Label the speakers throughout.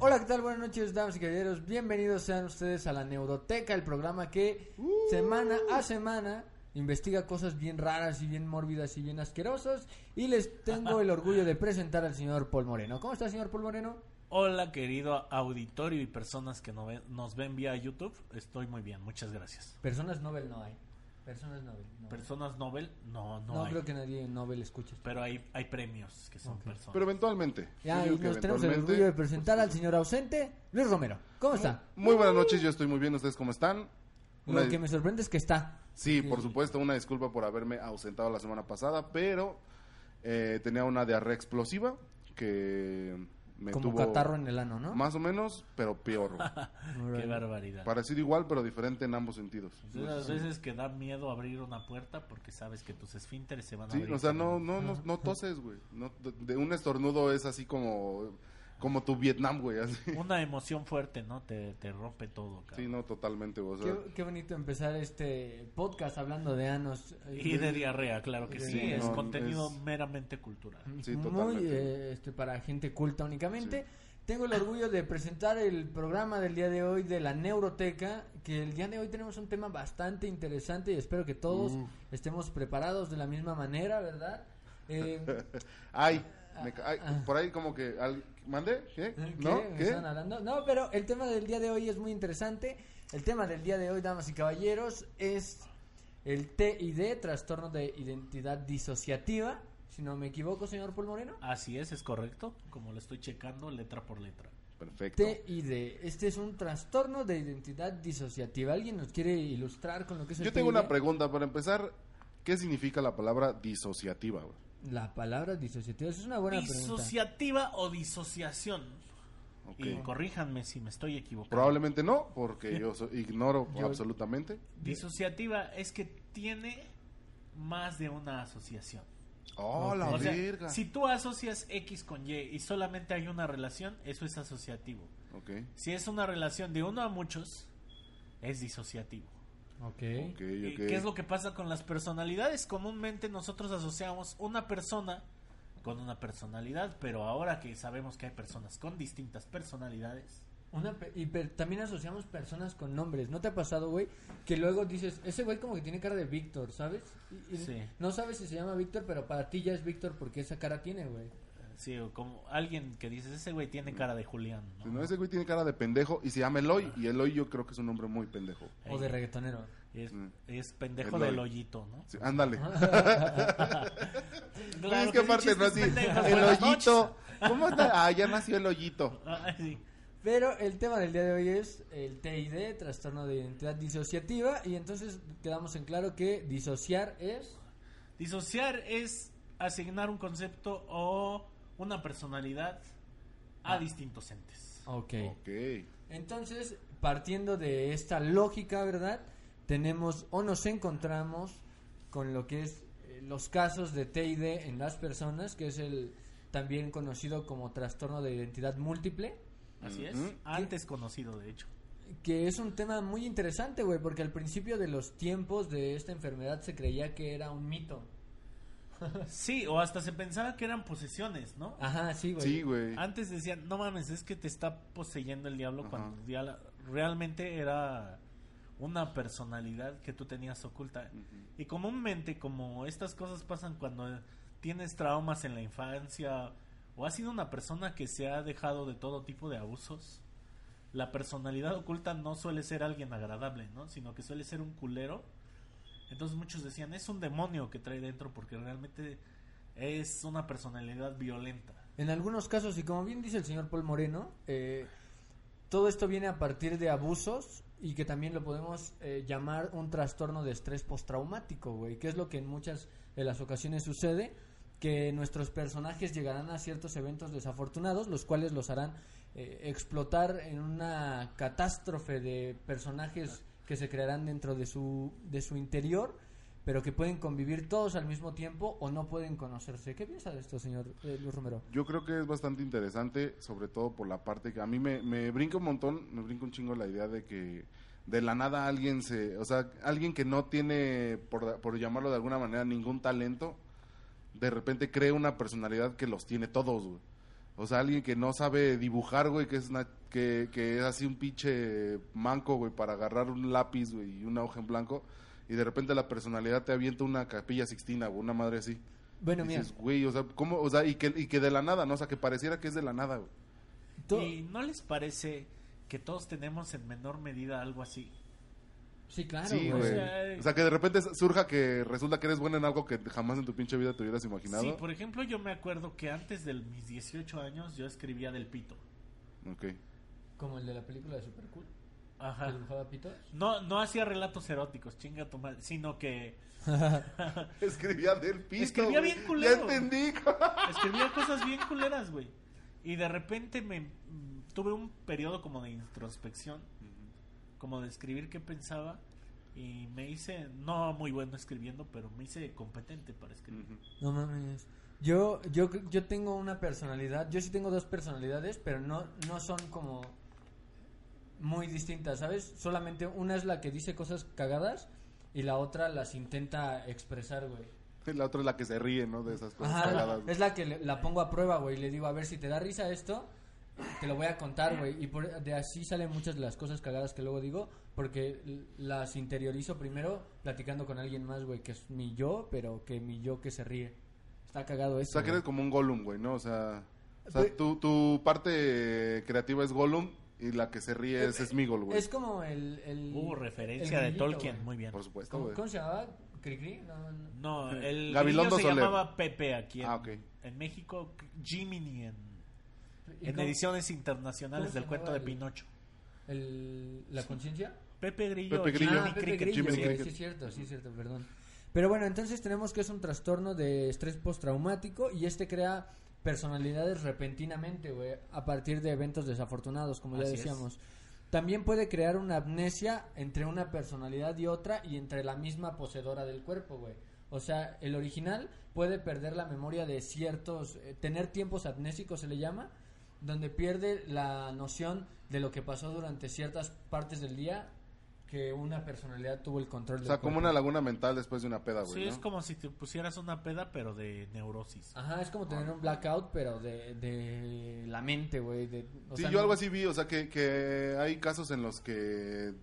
Speaker 1: Hola, ¿qué tal? Buenas noches, damas y caballeros. Bienvenidos sean ustedes a la Neuroteca, el programa que
Speaker 2: Uh.
Speaker 1: semana a semana investiga cosas bien raras y bien mórbidas y bien asquerosas. Y les tengo el orgullo de presentar al señor Paul Moreno. ¿Cómo está, señor Paul Moreno?
Speaker 3: Hola, querido auditorio y personas que no ven- nos ven vía YouTube. Estoy muy bien, muchas gracias.
Speaker 1: Personas Nobel no hay. Personas Nobel. No,
Speaker 3: Personas Nobel, no, no,
Speaker 1: no
Speaker 3: hay.
Speaker 1: creo que nadie Nobel escuche. esto.
Speaker 3: Pero hay, hay premios que son personas.
Speaker 2: Pero eventualmente.
Speaker 1: Ya
Speaker 2: Yo digo que
Speaker 1: nos tenemos el
Speaker 2: eventualmente.
Speaker 1: orgullo de presentar al señor ausente, Luis Romero. ¿Cómo está?
Speaker 2: Muy buenas noches, yo estoy muy bien. ¿Ustedes cómo están? Una
Speaker 1: Lo
Speaker 2: di-
Speaker 1: que me sorprende es que está.
Speaker 2: Sí, por supuesto, una disculpa por haberme ausentado la semana pasada, pero eh, tenía una diarrea explosiva que me
Speaker 1: Como
Speaker 2: tuvo
Speaker 1: catarro en el ano, ¿no?
Speaker 2: más o menos, pero peor.
Speaker 3: Qué barbaridad.
Speaker 2: Parecido igual, pero diferente en ambos sentidos.
Speaker 3: Es de las
Speaker 2: pues,
Speaker 3: veces que da miedo abrir una puerta porque sabes que tus esfínteres se van a
Speaker 2: Sí,
Speaker 3: abrir.
Speaker 2: o sea, no,
Speaker 3: también.
Speaker 2: no, no, no toses, güey. No, de- de un estornudo es así como, como tu Vietnam, güey. Así.
Speaker 3: Una emoción fuerte, ¿no? Te, te rompe todo,
Speaker 2: Sí,
Speaker 3: cabrón.
Speaker 2: no, totalmente, güey. O sea,
Speaker 1: Qué, qué bonito empezar este podcast hablando de anos.
Speaker 3: Y de diarrea, claro que sí.
Speaker 1: Sí,
Speaker 3: es
Speaker 2: no,
Speaker 3: contenido
Speaker 2: es-
Speaker 3: meramente cultural.
Speaker 2: sí,
Speaker 1: Muy
Speaker 2: totalmente.
Speaker 1: eh, este, para gente culta únicamente. Tengo el orgullo de presentar el programa del día de hoy de la Neuroteca, que el día de hoy tenemos un tema bastante interesante y espero que todos estemos preparados de la misma manera, ¿verdad? Eh,
Speaker 2: Ay,
Speaker 3: Ah,
Speaker 2: me ca- ay, por ahí como que... al- ¿Mande? ¿Qué?
Speaker 1: ¿qué?
Speaker 2: ¿No?
Speaker 1: ¿Me
Speaker 2: ¿Qué?
Speaker 1: estaban hablando? No, pero el tema del día de hoy es muy interesante. El tema del día de hoy, damas y caballeros, es el TID, trastorno de identidad disociativa. Si no me equivoco, señor Paul Moreno.
Speaker 3: Así es, es correcto. Como lo estoy checando letra por letra.
Speaker 2: Perfecto.
Speaker 1: TID. Este es un trastorno de identidad disociativa. ¿Alguien nos quiere ilustrar con lo que es el
Speaker 2: Yo tengo una
Speaker 1: TID?
Speaker 2: pregunta para empezar. ¿Qué significa la palabra disociativa? güey?
Speaker 1: La palabra disociativa. Esa es una buena pregunta.
Speaker 3: Disociativa o disociación.
Speaker 2: Ok.
Speaker 3: Y corríjanme si me estoy equivocando.
Speaker 2: Probablemente no, porque yo so- ignoro
Speaker 1: Yo-
Speaker 2: absolutamente.
Speaker 3: Disociativa es que tiene más de una asociación.
Speaker 2: ¡Oh, la
Speaker 3: O sea,
Speaker 2: verga!
Speaker 3: si tú asocias X con Y y solamente hay una relación, eso es asociativo.
Speaker 2: Ok,
Speaker 3: Si es una relación de uno a muchos, es disociativo.
Speaker 1: Ok.
Speaker 2: ok,
Speaker 3: ¿Y
Speaker 2: ok.
Speaker 3: ¿Qué es lo que pasa con las personalidades? Comúnmente nosotros asociamos una persona con una personalidad, pero ahora que sabemos que hay personas con distintas personalidades,
Speaker 1: Una pe- y per- también asociamos personas con nombres. ¿No te ha pasado, güey? Que luego dices, ese güey como que tiene cara de Víctor, ¿sabes? Y, y
Speaker 3: Sí.
Speaker 1: No sabes si se llama Víctor, pero para ti ya es Víctor porque esa cara tiene, güey.
Speaker 3: sí, o como alguien que dices, ese güey tiene cara de Julián, ¿no?
Speaker 2: Si no, ese güey tiene cara de pendejo y se llama Eloy. Y Eloy yo creo que es un hombre muy pendejo.
Speaker 1: O de reggaetonero.
Speaker 3: Es,
Speaker 2: Mm.
Speaker 3: es pendejo
Speaker 2: Eloy.
Speaker 3: del hoyito, ¿no?
Speaker 2: Sí, ándale.
Speaker 3: Claro que
Speaker 2: es que
Speaker 3: sí,
Speaker 2: aparte no
Speaker 3: chistes
Speaker 2: así.
Speaker 3: pendejos.
Speaker 2: El
Speaker 3: Buenas
Speaker 2: hoyito. ¿Cómo está? Ah, ya nació el hoyito.
Speaker 3: Ah, sí.
Speaker 1: Pero el tema del día de hoy es el TID, trastorno de identidad disociativa. Y entonces quedamos en claro que disociar es...
Speaker 3: Disociar es asignar un concepto o una personalidad
Speaker 2: Ah.
Speaker 3: a distintos entes.
Speaker 1: Ok.
Speaker 2: Ok.
Speaker 1: Entonces, partiendo de esta lógica, ¿verdad? Tenemos o nos encontramos con lo que es eh, los casos de TID en las personas, que es el también conocido como trastorno de identidad múltiple,
Speaker 3: Así es.
Speaker 2: Ujú.
Speaker 3: Antes conocido, de hecho.
Speaker 1: que es un tema muy interesante, güey, porque al principio de los tiempos de esta enfermedad se creía que era un mito.
Speaker 3: Sí, o hasta se pensaba que eran posesiones, ¿no?
Speaker 1: Ajá, sí, güey.
Speaker 2: Ah, Sí, güey.
Speaker 3: Antes decían, no mames, es que te está poseyendo el diablo
Speaker 2: Ajá.
Speaker 3: cuando dia- realmente era una personalidad que tú tenías oculta. Y comúnmente, como estas cosas pasan cuando tienes traumas en la infancia o has sido una persona que se ha dejado de todo tipo de abusos, la personalidad oculta no suele ser alguien agradable, ¿no? Sino que suele ser un culero. Entonces muchos decían, es un demonio que trae dentro porque realmente es una personalidad violenta.
Speaker 1: En algunos casos, y como bien dice el señor Paul Moreno, eh, todo esto viene a partir de abusos y que también lo podemos eh, llamar un trastorno de estrés postraumático, güey, que es lo que en muchas de las ocasiones sucede, que nuestros personajes llegarán a ciertos eventos desafortunados, los cuales los harán eh, explotar en una catástrofe de personajes que se crearán dentro de su, de su interior, pero que pueden convivir todos al mismo tiempo o no pueden conocerse. ¿Qué piensa de esto, señor eh, Luis Romero?
Speaker 2: Yo creo que es bastante interesante, sobre todo por la parte que a mí me, me brinca un montón, me brinca un chingo la idea de que de la nada alguien se, o sea, alguien que no tiene, por, por llamarlo de alguna manera, ningún talento, de repente cree una personalidad que los tiene todos, güey. O sea, alguien que no sabe dibujar, güey, que es una, que, que es así un pinche manco, güey, para agarrar un lápiz, güey, y una hoja en blanco, y de repente la personalidad te avienta una capilla sixtina, güey, una madre así.
Speaker 1: Bueno, mira,
Speaker 2: Dices, güey, o sea, ¿cómo? O sea, y que, y que de la nada, ¿no? O sea, que pareciera que es de la nada, güey.
Speaker 1: to-
Speaker 3: ¿Y no les parece que todos tenemos en menor medida algo así?
Speaker 1: sí, claro,
Speaker 2: sí,
Speaker 1: güey.
Speaker 2: güey.
Speaker 3: sea,
Speaker 2: O sea, que de repente surja que resulta que eres bueno en algo que jamás en tu pinche vida te hubieras imaginado.
Speaker 3: Sí, por ejemplo, yo me acuerdo que antes de mis 18 años yo escribía del pito.
Speaker 2: Ok.
Speaker 1: Como el de la película de Super Cool, que
Speaker 3: Ajá.
Speaker 1: dibujaba pitos.
Speaker 3: No, no hacía relatos eróticos, chinga tu madre, sino que
Speaker 2: Escribía del piso.
Speaker 3: Escribía bien culero.
Speaker 2: Ya entendí.
Speaker 3: escribía cosas bien culeras, güey. Y de repente me mm, tuve un periodo como de introspección, como de escribir qué pensaba y me hice no muy bueno escribiendo, pero me hice competente para escribir.
Speaker 1: No mames. Yo, yo, cre- yo tengo una personalidad. Yo sí tengo dos personalidades, pero no, no son como muy distintas, ¿sabes? Solamente una es la que dice cosas cagadas y la otra las intenta expresar, güey.
Speaker 2: La otra es la que se ríe, ¿no? De esas cosas
Speaker 1: Ajá,
Speaker 2: cagadas. güey.
Speaker 1: es la que le- la pongo a prueba, güey. Le digo, a ver, si te da risa esto, te lo voy a contar, güey. Y por, de así salen muchas de las cosas cagadas que luego digo, porque l- las interiorizo primero platicando con alguien más, güey, que es mi yo, pero que mi yo que se ríe. Está cagado
Speaker 2: O
Speaker 1: eso.
Speaker 2: sea, que
Speaker 1: güey.
Speaker 2: eres como un Gollum, güey, ¿no? O sea, o sea,
Speaker 1: Güey.
Speaker 2: tu, tu parte creativa es Gollum y la que se ríe es Smigol, güey.
Speaker 1: Es como el... el
Speaker 3: Hubo
Speaker 1: el
Speaker 3: referencia de
Speaker 1: grillito,
Speaker 3: Tolkien,
Speaker 1: güey.
Speaker 3: muy bien.
Speaker 2: Por supuesto,
Speaker 1: ¿Cómo,
Speaker 2: güey.
Speaker 1: cómo se llamaba? ¿Cricri? No, no.
Speaker 3: No, el
Speaker 2: Gabilondo
Speaker 3: grillo se
Speaker 2: Soler.
Speaker 3: llamaba Pepe aquí en,
Speaker 2: Ah, ok.
Speaker 3: en México, Jiminy en,
Speaker 1: ¿Y
Speaker 3: en
Speaker 1: cómo-
Speaker 3: ediciones
Speaker 1: cómo
Speaker 3: internacionales
Speaker 1: se
Speaker 3: del cuento de
Speaker 1: llamaba el-
Speaker 3: Pinocho.
Speaker 1: el- ¿La conciencia?
Speaker 3: Pepe Grillo,
Speaker 2: Pepe Grillo.
Speaker 3: Jiminy
Speaker 1: Ah, Pepe
Speaker 3: Cricket.
Speaker 1: Grillo,
Speaker 2: Jiminy
Speaker 1: sí,
Speaker 2: Cricket.
Speaker 1: sí es cierto, sí es cierto, perdón. Pero bueno, entonces tenemos que es un trastorno de estrés postraumático y este crea personalidades repentinamente, güey, a partir de eventos desafortunados, como ya
Speaker 3: Así es.
Speaker 1: decíamos. También puede crear una amnesia entre una personalidad y otra y entre la misma poseedora del cuerpo, güey. O sea, el original puede perder la memoria de ciertos, eh, tener tiempos amnésicos se le llama, donde pierde la noción de lo que pasó durante ciertas partes del día que una personalidad tuvo el control
Speaker 2: O
Speaker 1: del
Speaker 2: sea, como
Speaker 1: cuerpo.
Speaker 2: una laguna mental después de una peda, güey.
Speaker 3: Sí,
Speaker 2: ¿no? Ah,
Speaker 3: es como si te pusieras una peda, pero de neurosis.
Speaker 1: Ajá, es como tener un blackout, pero de, de la mente, güey. de- o
Speaker 2: Sí,
Speaker 1: sea,
Speaker 2: yo
Speaker 1: no-
Speaker 2: algo así vi, o sea, que, que hay casos en los que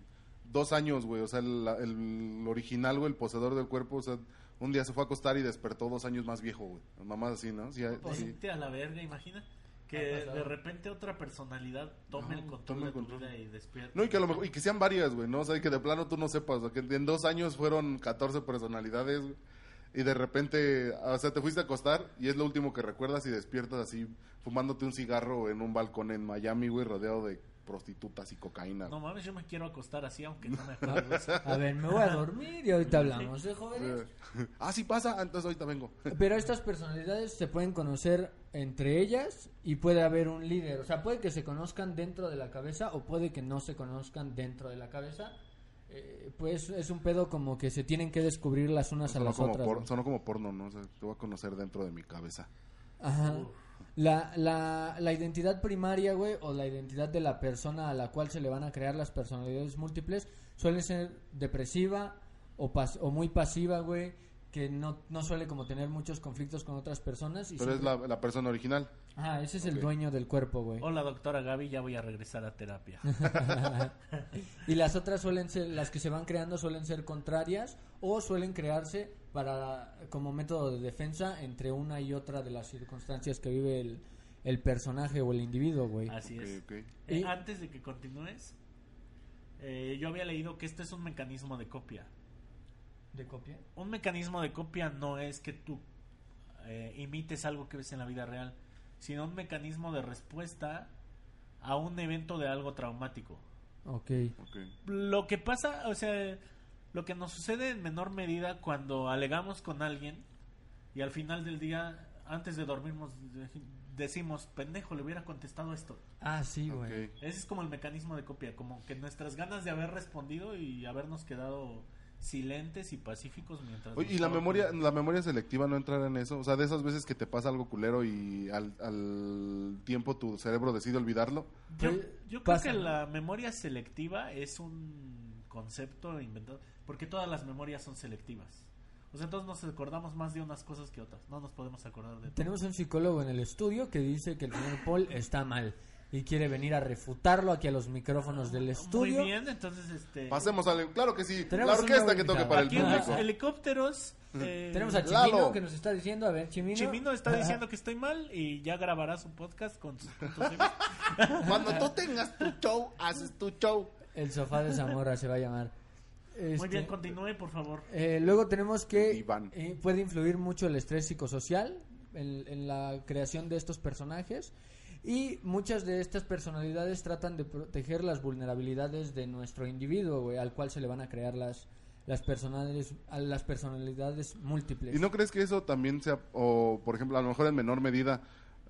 Speaker 2: dos años, güey, o sea, el, el original, güey, el poseedor del cuerpo, o sea, un día se fue a acostar y despertó dos años más viejo, güey. Mamás así, ¿no? Sí, hay-
Speaker 3: O
Speaker 2: sí.
Speaker 3: irte Pues a la verga, imagina.
Speaker 1: Ha
Speaker 3: Que
Speaker 1: pasado.
Speaker 3: de repente otra personalidad tome
Speaker 2: No,
Speaker 3: el control
Speaker 2: tome el
Speaker 3: de tu
Speaker 2: control.
Speaker 3: vida y despierte.
Speaker 2: No, y que a lo mejor, y que sean varias, güey, ¿no? O sea, y que de plano tú no sepas, o sea, que en dos años fueron 14 personalidades, güey, y de repente, o sea, te fuiste a acostar y es lo último que recuerdas y despiertas así, fumándote un cigarro en un balcón en Miami, güey, rodeado de prostitutas y cocaína.
Speaker 3: No
Speaker 2: güey.
Speaker 3: mames, yo me quiero acostar así, aunque no me acuerdo.
Speaker 1: A ver, me voy a dormir y ahorita hablamos, ¿eh, jóvenes?
Speaker 2: ah, sí pasa, Ah, entonces ahorita vengo.
Speaker 1: Pero estas personalidades se pueden conocer entre ellas y puede haber un líder. O sea, puede que se conozcan dentro de la cabeza o puede que no se conozcan dentro de la cabeza. Eh, pues es un pedo como que se tienen que descubrir las unas a
Speaker 2: Sonó
Speaker 1: las
Speaker 2: como,
Speaker 1: otras.
Speaker 2: por-
Speaker 1: güey.
Speaker 2: sonó como porno, ¿no? O sea, te voy a conocer dentro de mi cabeza.
Speaker 1: Ajá. La, la, la identidad primaria, güey, o la identidad de la persona a la cual se le van a crear las personalidades múltiples suele ser depresiva o, pas- o muy pasiva, güey, que no, no suele como tener muchos conflictos con otras personas. Y
Speaker 2: Pero es
Speaker 1: siempre-
Speaker 2: la, la persona original.
Speaker 1: Ajá, ese es el
Speaker 2: Ok.
Speaker 1: dueño del cuerpo, güey.
Speaker 3: Hola, doctora Gaby, ya voy a regresar a terapia.
Speaker 1: Y las otras suelen ser, las que se van creando suelen ser contrarias o suelen crearse para como método de defensa entre una y otra de las circunstancias que vive el, el personaje o el individuo, güey.
Speaker 3: Así
Speaker 2: Ok,
Speaker 3: es.
Speaker 2: ok.
Speaker 3: Eh,
Speaker 1: Y-
Speaker 3: antes de que continúes, eh, yo había leído que este es un mecanismo de copia.
Speaker 1: ¿De copia?
Speaker 3: Un mecanismo de copia no es que tú eh, imites algo que ves en la vida real, sino un mecanismo de respuesta a un evento de algo traumático.
Speaker 1: Ok.
Speaker 2: Ok.
Speaker 3: Lo que pasa, o sea, lo que nos sucede en menor medida cuando alegamos con alguien y al final del día, antes de dormirnos, decimos, pendejo, le hubiera contestado esto.
Speaker 1: Ah, sí, güey.
Speaker 2: ok.
Speaker 3: Ese es como el mecanismo de copia, como que nuestras ganas de haber respondido y habernos quedado silentes y pacíficos mientras...
Speaker 2: Oye,
Speaker 3: nos
Speaker 2: ¿Y la
Speaker 3: estaba-
Speaker 2: memoria, la memoria selectiva no entrará en eso? O sea, de esas veces que te pasa algo culero y al, al tiempo tu cerebro decide olvidarlo.
Speaker 3: Yo,
Speaker 1: Pues,
Speaker 3: yo creo
Speaker 1: pasa,
Speaker 3: que
Speaker 1: ¿no?
Speaker 3: la memoria selectiva es un concepto inventado, porque todas las memorias son selectivas. O sea, entonces nos acordamos más de unas cosas que otras. No nos podemos acordar de todo.
Speaker 1: Tenemos un psicólogo en el estudio que dice que el señor Paul está mal y quiere venir a refutarlo aquí a los micrófonos del estudio.
Speaker 3: Muy bien, entonces este.
Speaker 2: Pasemos al... Claro que sí.
Speaker 1: Tenemos
Speaker 2: la orquesta
Speaker 1: un nuevo
Speaker 2: que toque
Speaker 1: invitado.
Speaker 2: para el
Speaker 3: Aquí en los
Speaker 2: público.
Speaker 3: helicópteros. eh,
Speaker 1: Tenemos a Chimino
Speaker 2: Lalo.
Speaker 1: que nos está diciendo, a ver, Chimino.
Speaker 3: Chimino está diciendo que estoy mal y ya grabará su podcast con sus puntos de vista.
Speaker 2: Cuando tú tengas tu show, haces tu show.
Speaker 1: El sofá de Zamora se va a llamar.
Speaker 3: Muy
Speaker 1: Este,
Speaker 3: bien, continúe, por favor.
Speaker 1: eh, luego tenemos que
Speaker 2: Iván.
Speaker 1: eh, puede influir mucho el estrés psicosocial en, en la creación de estos personajes y muchas de estas personalidades tratan de proteger las vulnerabilidades de nuestro individuo, güey, al cual se le van a crear las las personalidades a las personalidades múltiples.
Speaker 2: ¿Y no crees que eso también sea, o por ejemplo, a lo mejor en menor medida,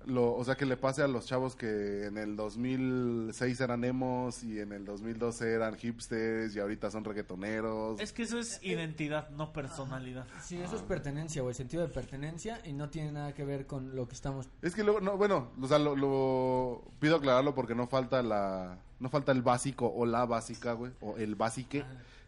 Speaker 2: lo, o sea, que le pase a los chavos que en el 2006 eran emos y en el 2012 eran hipsters y ahorita son reggaetoneros?
Speaker 3: Es que eso es identidad, no personalidad.
Speaker 1: Sí, eso es pertenencia, güey, sentido de pertenencia y no tiene nada que ver con lo que estamos
Speaker 2: Es que luego, no, bueno, o sea, lo, lo- pido aclararlo porque no falta la, no falta el básico o la básica, güey, o el básique,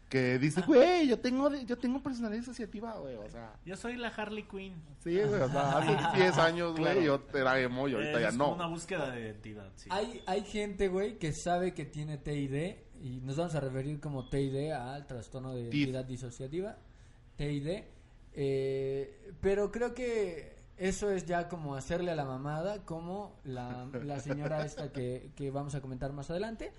Speaker 2: que dice, güey, yo tengo, de- yo tengo personalidad asociativa, güey, o sea,
Speaker 3: Yo soy la Harley Quinn.
Speaker 2: sí, güey, o sea, hace 10 años, güey, yo era emo y ahorita
Speaker 3: Eh,
Speaker 2: ya
Speaker 3: es
Speaker 2: no.
Speaker 3: Una búsqueda de identidad, sí.
Speaker 1: Hay, hay gente, güey, que sabe que tiene TID y nos vamos a referir como TID al trastorno de
Speaker 2: TID.
Speaker 1: identidad disociativa, TID, eh, pero creo que eso es ya como hacerle a la mamada, como la, la señora esta que, que vamos a comentar más adelante,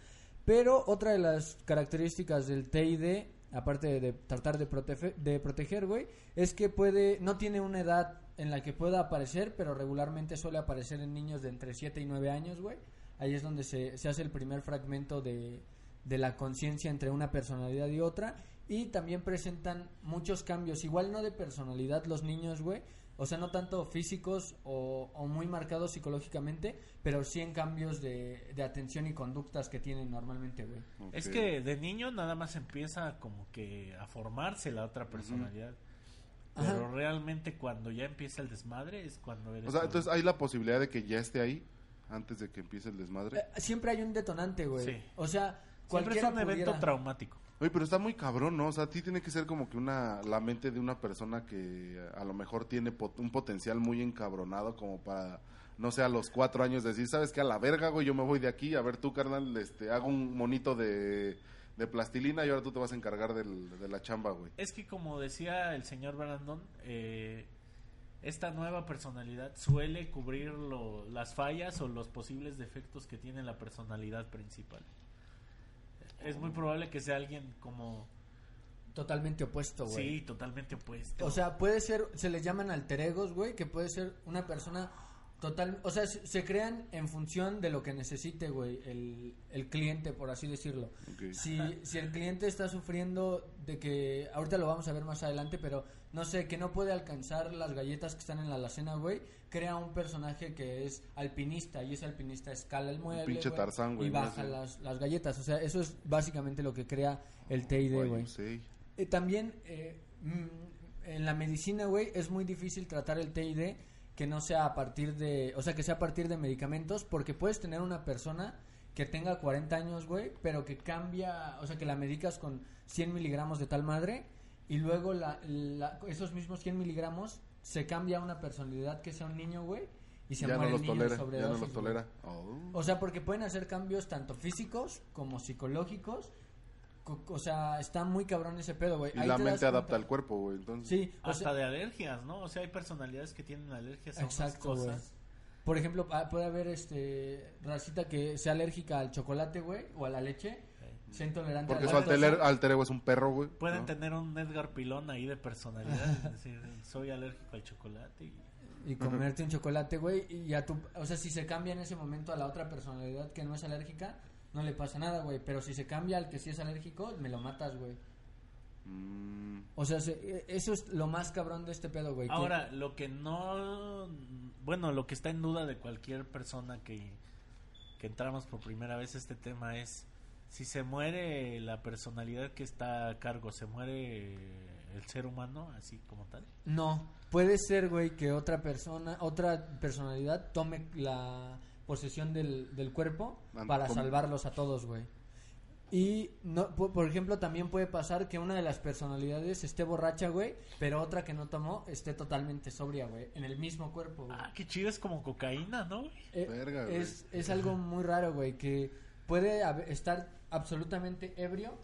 Speaker 1: pero otra de las características del TID, aparte de, de tratar de, protefe- de proteger, güey, es que puede, no tiene una edad en la que pueda aparecer, pero regularmente suele aparecer en niños de entre 7 y 9 años, güey. Ahí es donde se, se hace el primer fragmento de, de la conciencia entre una personalidad y otra. Y también presentan muchos cambios, igual no de personalidad los niños, güey. O sea, no tanto físicos o, o muy marcados psicológicamente, pero sí en cambios de, de atención y conductas que tienen normalmente, güey.
Speaker 3: Es
Speaker 2: Ok.
Speaker 3: que de niño nada más empieza como que a formarse la otra personalidad.
Speaker 1: Ajá.
Speaker 3: Pero realmente cuando ya empieza el desmadre es cuando eres...
Speaker 2: O sea,
Speaker 3: un-
Speaker 2: entonces hay la posibilidad de que ya esté ahí antes de que empiece el desmadre.
Speaker 1: Eh, Siempre hay un detonante, güey.
Speaker 3: Sí.
Speaker 1: O sea,
Speaker 3: Siempre es
Speaker 1: cualquiera
Speaker 3: un evento
Speaker 1: pudiera-
Speaker 3: traumático.
Speaker 2: Oye, pero está muy cabrón, ¿no? O sea, a ti tiene que ser como que una la mente de una persona que a lo mejor tiene pot- un potencial muy encabronado como para, no sé, a los cuatro años decir, ¿sabes qué? A la verga, güey, yo me voy de aquí. A ver, tú, carnal, este, hago un monito de, de plastilina y ahora tú te vas a encargar del- de la chamba, güey.
Speaker 3: Es que como decía el señor Brandon, eh, esta nueva personalidad suele cubrir lo- las fallas o los posibles defectos que tiene la personalidad principal. Es
Speaker 1: Oh.
Speaker 3: muy probable que sea alguien como...
Speaker 1: Totalmente opuesto, güey.
Speaker 3: Sí, totalmente opuesto.
Speaker 1: O sea, puede ser, se les llaman alter egos, güey, que puede ser una persona total, o sea, se, se crean en función de lo que necesite, güey, el, el cliente, por así decirlo.
Speaker 2: Ok.
Speaker 1: Si, si el cliente está sufriendo de que, ahorita lo vamos a ver más adelante, pero no sé, que no puede alcanzar las galletas que están en la alacena, güey, crea un personaje que es alpinista y ese alpinista escala el mueble.
Speaker 2: pinche Tarzán, güey,
Speaker 1: Y
Speaker 2: ¿no?
Speaker 1: baja
Speaker 2: Sí.
Speaker 1: las, las galletas, o sea, eso es básicamente lo que crea el TID,
Speaker 2: Why you
Speaker 1: güey.
Speaker 2: say?
Speaker 1: Eh, también eh, mm, en la medicina, güey, es muy difícil tratar el TID que no sea a partir de, o sea, que sea a partir de medicamentos, porque puedes tener una persona que tenga 40 años, güey, pero que cambia, o sea, que la medicas con 100 miligramos de tal madre y luego la, la- esos mismos 100 miligramos se cambia a una personalidad que sea un niño, güey, y se
Speaker 2: Ya no
Speaker 1: muere
Speaker 2: los
Speaker 1: el niño de
Speaker 2: tolera, ya no
Speaker 1: sobredosis,
Speaker 2: los
Speaker 1: güey.
Speaker 2: tolera. Oh.
Speaker 1: O sea, porque pueden hacer cambios tanto físicos como psicológicos. Co- O sea, está muy cabrón ese pedo, güey.
Speaker 2: Y
Speaker 1: Ahí
Speaker 2: la
Speaker 1: te das
Speaker 2: mente adapta
Speaker 1: cuenta.
Speaker 2: al cuerpo, güey, entonces.
Speaker 1: Sí, o
Speaker 3: Hasta
Speaker 1: sea,
Speaker 3: de alergias, ¿no? O sea, hay personalidades que tienen alergias a
Speaker 1: exacto,
Speaker 3: unas
Speaker 1: güey.
Speaker 3: cosas.
Speaker 1: Por ejemplo, ah, puede haber este racita que sea alérgica al chocolate, güey, o a la leche. Soy intolerante
Speaker 2: Porque
Speaker 1: al
Speaker 2: su
Speaker 1: lactosa.
Speaker 2: alter, alter ego es un perro, güey.
Speaker 3: Pueden
Speaker 2: ¿no?
Speaker 3: tener un Edgar Pilón ahí de personalidad. es decir, soy alérgico al chocolate. y-
Speaker 1: Y comerte un chocolate, güey, y a tu... O sea, si se cambia en ese momento a la otra personalidad que no es alérgica, no le pasa nada, güey. Pero si se cambia al que sí es alérgico, me lo matas, güey.
Speaker 2: Mm,
Speaker 1: O sea, se- eh, eso es lo más cabrón de este pedo, güey. que-
Speaker 3: Ahora, lo que no. Bueno, lo que está en duda de cualquier persona que, que entramos por primera vez a este tema es: si se muere la personalidad que está a cargo, ¿se muere el ser humano así como tal?
Speaker 1: No, puede ser, güey, que otra persona, otra personalidad tome la posesión del, del cuerpo
Speaker 2: Man,
Speaker 1: para
Speaker 2: ¿cómo?
Speaker 1: salvarlos a todos, güey. Y, no, po- por ejemplo, también puede pasar que una de las personalidades esté borracha, güey, pero otra que no tomó esté totalmente sobria, güey, en el mismo cuerpo, güey.
Speaker 3: Ah, qué chido, es como cocaína, ¿no? güey?
Speaker 1: Eh,
Speaker 2: Verga, güey.
Speaker 1: es, es algo muy raro, güey, que puede hab- estar absolutamente ebrio,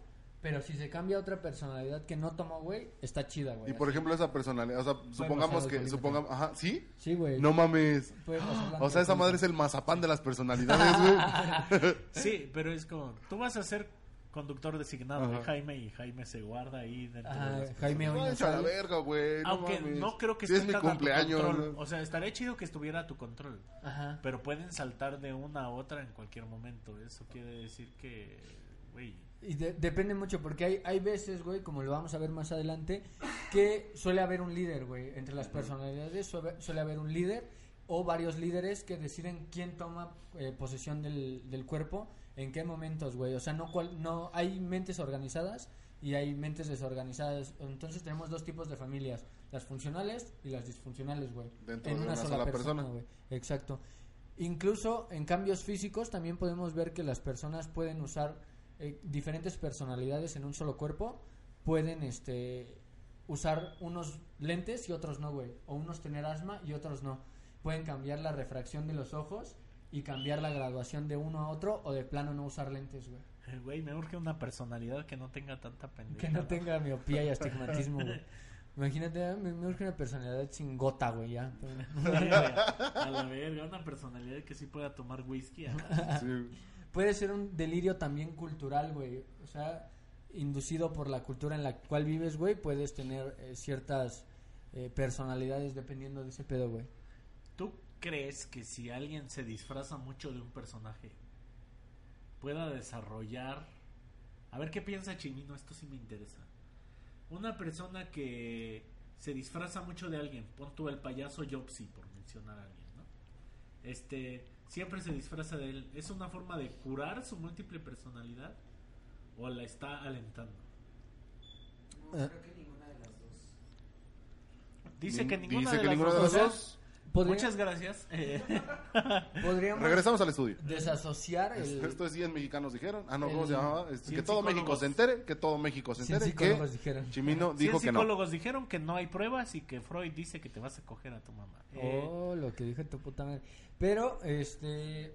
Speaker 1: pero si se cambia a otra personalidad que no tomó, güey, está chida, güey.
Speaker 2: Y por
Speaker 1: así.
Speaker 2: ejemplo, esa personalidad. O sea, supongamos
Speaker 1: pasar
Speaker 2: que.
Speaker 1: alcoholismo
Speaker 2: Supongamos, ajá, ¿sí?
Speaker 1: Sí, güey.
Speaker 2: No mames.
Speaker 1: Puede pasar
Speaker 2: O sea, esa madre es el mazapán de las personalidades, güey.
Speaker 3: Sí, pero es como: tú vas a ser conductor designado de
Speaker 2: Ajá.
Speaker 3: Jaime y Jaime se guarda ahí dentro de
Speaker 1: Ajá,
Speaker 3: las
Speaker 1: Jaime hoy Ah, no
Speaker 2: Vaya a la
Speaker 1: sale.
Speaker 2: verga, güey. No
Speaker 3: Aunque
Speaker 2: mames.
Speaker 3: no creo que
Speaker 2: Sí, es mi
Speaker 3: tan a tu
Speaker 2: cumpleaños.
Speaker 3: control.
Speaker 2: ¿no?
Speaker 3: O sea, estaría chido que estuviera a tu control.
Speaker 1: Ajá.
Speaker 3: Pero pueden saltar de una a otra en cualquier momento. Eso quiere decir que, güey,
Speaker 1: Y de- depende mucho, porque hay, hay veces, güey, como lo vamos a ver más adelante, que suele haber un líder, güey. Entre las personalidades suele, suele haber un líder o varios líderes que deciden quién toma eh, posesión del, del cuerpo, en qué momentos, güey. O sea, no, cual, no hay mentes organizadas y hay mentes desorganizadas. Entonces tenemos dos tipos de familias, las funcionales y las disfuncionales, güey.
Speaker 2: Dentro de una sola persona.
Speaker 1: güey. Exacto. Incluso en cambios físicos también podemos ver que las personas pueden usar eh, diferentes personalidades en un solo cuerpo, pueden este usar unos lentes y otros no, güey, o unos tener asma y otros no. Pueden cambiar la refracción de los ojos y cambiar la graduación de uno a otro o de plano no usar lentes, güey.
Speaker 3: eh, güey, me urge una personalidad que no tenga tanta pendeja.
Speaker 1: Que no tenga miopía y astigmatismo, güey. Imagínate, ah, me me urge una personalidad sin gota, güey, ya.
Speaker 3: Sí, güey, a la verga, una personalidad que sí pueda tomar whisky. ajá.
Speaker 2: Sí.
Speaker 1: Puede ser un delirio también cultural, güey. O sea, inducido por la cultura en la cual vives, güey, puedes tener eh, ciertas eh, personalidades dependiendo de ese pedo, güey.
Speaker 3: ¿Tú crees que si alguien se disfraza mucho de un personaje, pueda desarrollar... A ver qué piensa Chimino, esto sí me interesa. Una persona que se disfraza mucho de alguien, pon tú el payaso Jopsy, por mencionar a alguien, ¿no? Este, siempre se disfraza de él. ¿Es una forma de curar su múltiple personalidad? ¿O la está alentando? Dice
Speaker 2: Nin-
Speaker 3: que ninguna
Speaker 2: dice
Speaker 3: de
Speaker 2: que
Speaker 3: las
Speaker 2: ninguna de
Speaker 3: dos.
Speaker 2: las
Speaker 3: O sea,
Speaker 2: dos.
Speaker 1: Podría-
Speaker 3: Muchas gracias. Eh,
Speaker 1: Podríamos
Speaker 2: Regresamos al estudio.
Speaker 1: desasociar el...
Speaker 2: Esto es 100 mexicanos dijeron. Ah, no, ¿cómo
Speaker 1: el-
Speaker 2: se llamaba? Este,
Speaker 3: cien
Speaker 2: que todo
Speaker 3: psicólogos.
Speaker 2: México se entere, que todo México se
Speaker 1: Cien
Speaker 2: entere.
Speaker 1: psicólogos
Speaker 2: que
Speaker 1: dijeron.
Speaker 2: Chimino
Speaker 3: cien
Speaker 2: dijo que no.
Speaker 3: psicólogos dijeron que no hay pruebas y que Freud dice que te vas a coger a tu mamá. Eh,
Speaker 1: Oh, lo que dije tu puta madre. Pero, este...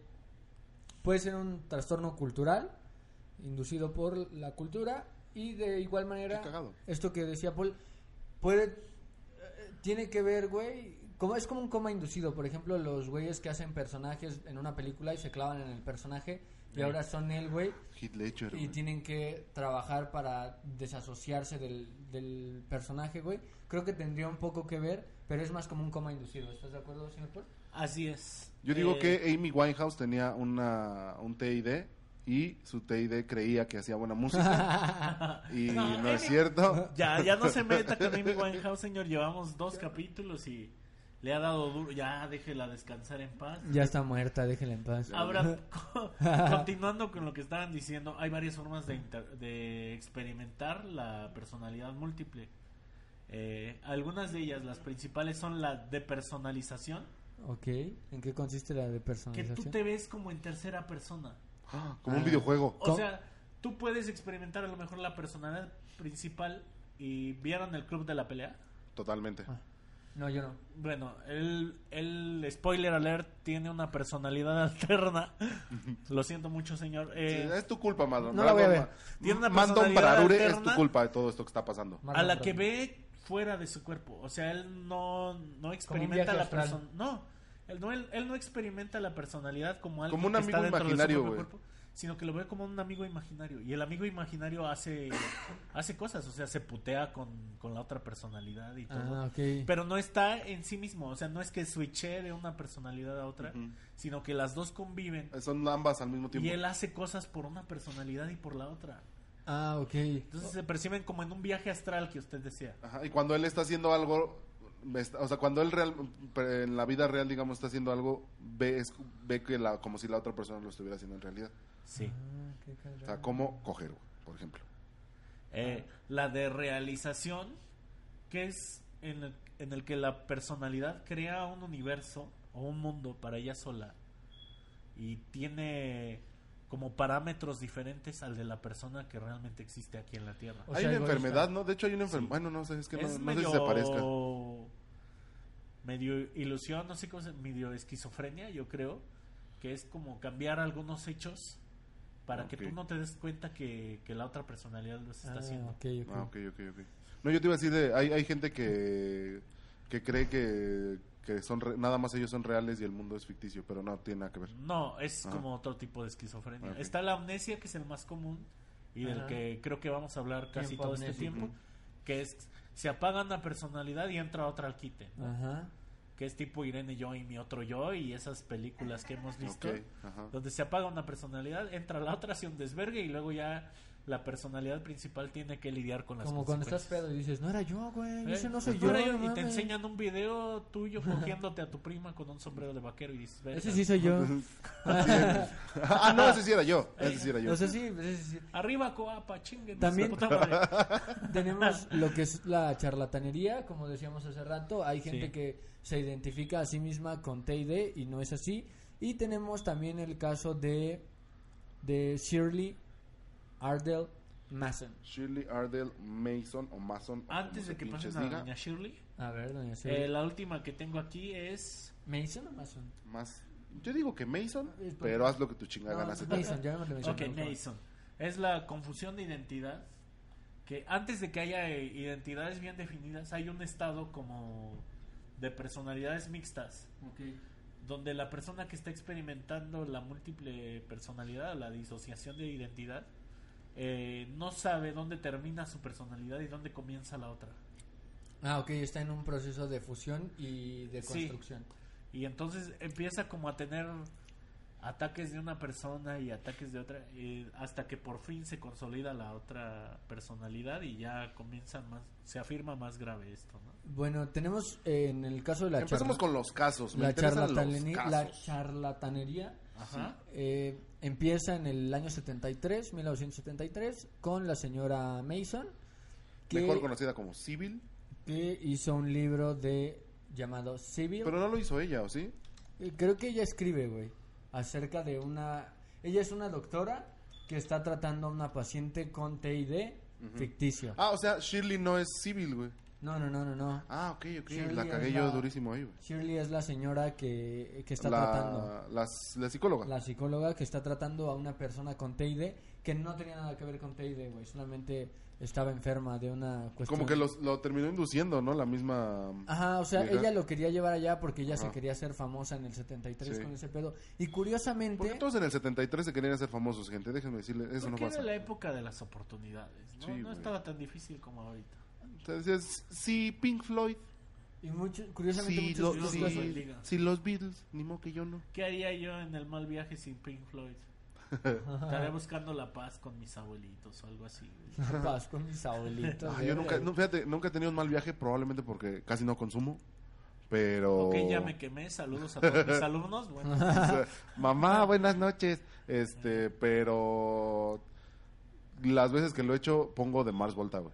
Speaker 1: Puede ser un trastorno cultural, inducido por la cultura, y de igual manera...
Speaker 2: Qué cagado.
Speaker 1: Esto que decía Paul, puede... eh, Tiene que ver, güey... Como, es como un coma inducido. Por ejemplo, los güeyes que hacen personajes en una película y se clavan en el personaje y ahora son él, güey.
Speaker 2: Hitler,
Speaker 1: Y
Speaker 2: güey.
Speaker 1: tienen que trabajar para desasociarse del, del personaje, güey. Creo que tendría un poco que ver, pero es más como un coma inducido. ¿Estás de acuerdo, señor Paul?
Speaker 3: Eh, Así es.
Speaker 2: Yo digo
Speaker 3: Eh,
Speaker 2: que Amy Winehouse tenía una, un TID y su TID creía que hacía buena música. y no, es cierto.
Speaker 3: Ya, ya no se meta con Amy Winehouse, señor. Llevamos dos capítulos y le ha dado duro. Ya, déjela descansar en paz.
Speaker 1: Ya está muerta, déjela en paz.
Speaker 3: Ahora, co- continuando con lo que estaban diciendo, hay varias formas de, inter- de experimentar la personalidad múltiple. Eh, algunas de ellas, las principales, son la depersonalización,
Speaker 1: Ok, ¿en qué consiste la de
Speaker 3: que tú
Speaker 1: personalización?
Speaker 3: te ves como en tercera persona.
Speaker 2: Ah, Como un videojuego.
Speaker 3: O
Speaker 1: ¿Cómo?
Speaker 3: sea, tú puedes experimentar a lo mejor la personalidad principal y vieron el club de la pelea.
Speaker 2: Totalmente.
Speaker 1: Ah. No, yo no.
Speaker 3: Bueno, el, el spoiler alert tiene una personalidad alterna. Lo siento mucho, señor. Eh,
Speaker 2: Sí, es tu culpa, Madon.
Speaker 1: No la voy a ver.
Speaker 3: Tiene una
Speaker 2: Mandon
Speaker 3: personalidad
Speaker 2: Pararure es
Speaker 3: alterna.
Speaker 2: tu culpa de todo esto que está pasando.
Speaker 1: Marlon
Speaker 3: a la
Speaker 1: Brando.
Speaker 3: que ve fuera de su cuerpo. O sea, él no, no experimenta
Speaker 1: viaje
Speaker 3: la
Speaker 1: astral.
Speaker 3: persona. No, él no, él, él no experimenta la personalidad como algo
Speaker 2: Como un
Speaker 3: que está
Speaker 2: amigo
Speaker 3: dentro de su
Speaker 2: imaginario,
Speaker 3: propio
Speaker 2: güey.
Speaker 3: cuerpo, sino que lo ve como un amigo imaginario. Y el amigo imaginario hace, hace cosas, o sea, se putea con, con la otra personalidad y todo.
Speaker 1: Ah, ok.
Speaker 3: Pero no está en sí mismo, o sea, no es que switche de una personalidad a otra,
Speaker 2: Ujú.
Speaker 3: sino que las dos conviven
Speaker 2: Son ambas al mismo tiempo.
Speaker 3: y él hace cosas por una personalidad y por la otra.
Speaker 1: Ah, ok.
Speaker 3: Entonces se perciben como en un viaje astral que usted decía.
Speaker 2: Ajá, y cuando él está haciendo algo, ve- está- o sea, cuando él real, pre- en la vida real, digamos, está haciendo algo, ve, es- ve que la, como si la otra persona lo estuviera haciendo en realidad.
Speaker 3: Sí.
Speaker 1: Ah, qué Ah,
Speaker 2: O
Speaker 1: cagado.
Speaker 2: sea, cómo coger, güey, por ejemplo.
Speaker 3: Eh, la de realización, que es en el, en el que la personalidad crea un universo o un mundo para ella sola y tiene como parámetros diferentes al de la persona que realmente existe aquí en la Tierra.
Speaker 1: O
Speaker 2: hay
Speaker 1: sea,
Speaker 2: una
Speaker 1: egoísta.
Speaker 2: enfermedad, ¿no? De hecho, hay una enfermedad. Bueno, no sé, es que no, no sé si se parezca.
Speaker 3: medio ilusión, no sé cómo se medio esquizofrenia, yo creo, que es como cambiar algunos hechos para que
Speaker 2: Ok.
Speaker 3: tú no te des cuenta que, que la otra personalidad los está
Speaker 1: Ah,
Speaker 3: haciendo.
Speaker 1: ok, ok.
Speaker 2: Ah, ok, ok, ok. No, yo te iba a decir, de, hay, hay gente que, que cree que, que son re- nada más ellos son reales y el mundo es ficticio, pero no tiene nada que ver.
Speaker 3: No, es
Speaker 2: Ajá.
Speaker 3: como otro tipo de esquizofrenia.
Speaker 2: Ah. Ok.
Speaker 3: Está la amnesia, que es el más común y del
Speaker 1: Ajá.
Speaker 3: que creo que vamos a hablar casi
Speaker 1: Tiempo
Speaker 3: todo este
Speaker 1: amnésico.
Speaker 3: tiempo, que es se apaga una personalidad y entra otra al quite, ¿no?
Speaker 1: Ajá.
Speaker 3: que es tipo Irene yo y mi otro yo y esas películas que hemos visto,
Speaker 2: Ok, ajá.
Speaker 3: donde se apaga una personalidad, entra la otra, hace un desvergue y luego ya la personalidad principal tiene que lidiar con las
Speaker 1: Como cuando estás
Speaker 3: consecuencias.
Speaker 1: pedo y dices, no era yo, güey, ese no soy
Speaker 3: Eh,
Speaker 1: yo.
Speaker 3: ahora
Speaker 1: no
Speaker 3: y te
Speaker 1: mames".
Speaker 3: enseñan un video tuyo cogiéndote a tu prima con un sombrero de vaquero y dices, "Verga".
Speaker 1: Ese sí soy yo.
Speaker 2: ah, no, ese sí era yo. Ese sí era yo.
Speaker 1: O sea, sí, ese sí.
Speaker 3: Arriba Coapa, chinguen.
Speaker 1: También-
Speaker 3: su puta madre.
Speaker 1: Tenemos lo que es la charlatanería, como decíamos hace rato. Hay gente
Speaker 3: Sí.
Speaker 1: que se identifica a sí misma con TID y no es así. Y tenemos también el caso de, de Shirley Ardell Mason.
Speaker 2: Shirley Ardell Mason o Mason. o como
Speaker 3: Antes
Speaker 2: se
Speaker 3: de que
Speaker 2: pinches
Speaker 3: pasen a
Speaker 2: diga.
Speaker 3: doña Shirley,
Speaker 1: A ver, doña Shirley.
Speaker 3: eh, la última que tengo aquí es
Speaker 1: ¿Mason o Mason?
Speaker 2: Más. Yo digo que Mason,
Speaker 1: Es por-
Speaker 2: pero haz lo que tu chinga
Speaker 1: Eh, pues, No, pues,
Speaker 2: ganas.
Speaker 1: Mason, llamémosle Mason.
Speaker 3: Ok, Mason. Es la confusión de identidad. Que antes de que haya eh, identidades bien definidas, hay un estado como de personalidades mixtas. Donde la persona que está experimentando la múltiple personalidad, la disociación de identidad, eh, no sabe dónde termina su personalidad y dónde comienza la otra.
Speaker 1: Ah, ok, está en un proceso de fusión y de
Speaker 3: Sí.
Speaker 1: construcción.
Speaker 3: Y entonces empieza como a tener ataques de una persona y ataques de otra, eh, hasta que por fin se consolida la otra personalidad y ya comienza más, se afirma más grave esto, ¿no?
Speaker 1: Bueno, tenemos eh, en el caso de la charla-
Speaker 2: Empezamos con los casos. Me
Speaker 1: la,
Speaker 2: interesan
Speaker 1: charlatane-
Speaker 2: los
Speaker 1: la
Speaker 2: casos.
Speaker 1: charlatanería.
Speaker 3: Ajá.
Speaker 1: Eh, empieza en el año 73, 1973, con la señora Mason, que,
Speaker 2: Mejor conocida como Civil.
Speaker 1: que hizo un libro de llamado Civil.
Speaker 2: Pero no lo hizo ella, ¿o sí?
Speaker 1: Eh, Creo que ella escribe, güey, acerca de una... Ella es una doctora que está tratando a una paciente con TID ficticio.
Speaker 2: Ah, o sea, Shirley no es Civil, güey.
Speaker 1: No, no, no, no, no.
Speaker 2: Ah, ok, ok.
Speaker 1: Shirley
Speaker 2: la
Speaker 1: es
Speaker 2: cagué
Speaker 1: la-
Speaker 2: yo durísimo ahí, güey.
Speaker 1: Shirley es la señora que, que está
Speaker 2: la,
Speaker 1: tratando.
Speaker 2: las- la psicóloga.
Speaker 1: La psicóloga que está tratando a una persona con TID que no tenía nada que ver con TID, güey. Solamente estaba enferma de una cuestión. Ah,
Speaker 2: Como que los- lo terminó induciendo, ¿no? La misma...
Speaker 1: Ajá, o sea,
Speaker 2: vieja.
Speaker 1: ella lo quería llevar allá porque ella se
Speaker 2: Ajá.
Speaker 1: quería hacer famosa en el 73
Speaker 2: Sí.
Speaker 1: con ese pedo. Y
Speaker 2: Porque
Speaker 1: curiosamente,
Speaker 2: todos en el 73 se querían hacer famosos, gente. Déjenme decirle, eso no
Speaker 3: Porque
Speaker 2: pasa.
Speaker 3: era la época de las oportunidades, ¿no?
Speaker 2: Sí,
Speaker 3: no
Speaker 2: güey.
Speaker 3: estaba tan difícil como ahorita.
Speaker 2: O sea, decías, sí, Pink Floyd,
Speaker 1: y mucho, curiosamente
Speaker 2: sí,
Speaker 1: muchos
Speaker 2: lo-
Speaker 3: Dios
Speaker 2: sí,
Speaker 3: los bendiga.
Speaker 2: sí, los Beatles, ni modo que yo no.
Speaker 3: ¿Qué haría yo en el mal viaje sin Pink Floyd? Estaría buscando la paz con mis abuelitos o algo así. güey.
Speaker 1: Paz con mis abuelitos.
Speaker 2: Ah,
Speaker 1: güey.
Speaker 2: yo nunca, no, fíjate, nunca he tenido un mal viaje, probablemente porque casi no consumo. Pero...
Speaker 3: Ok, ya me quemé. Saludos a todos mis alumnos. Bueno,
Speaker 2: O sea, Mamá, buenas noches. Este, pero... Las veces que lo he hecho, pongo de Mars Volta, güey.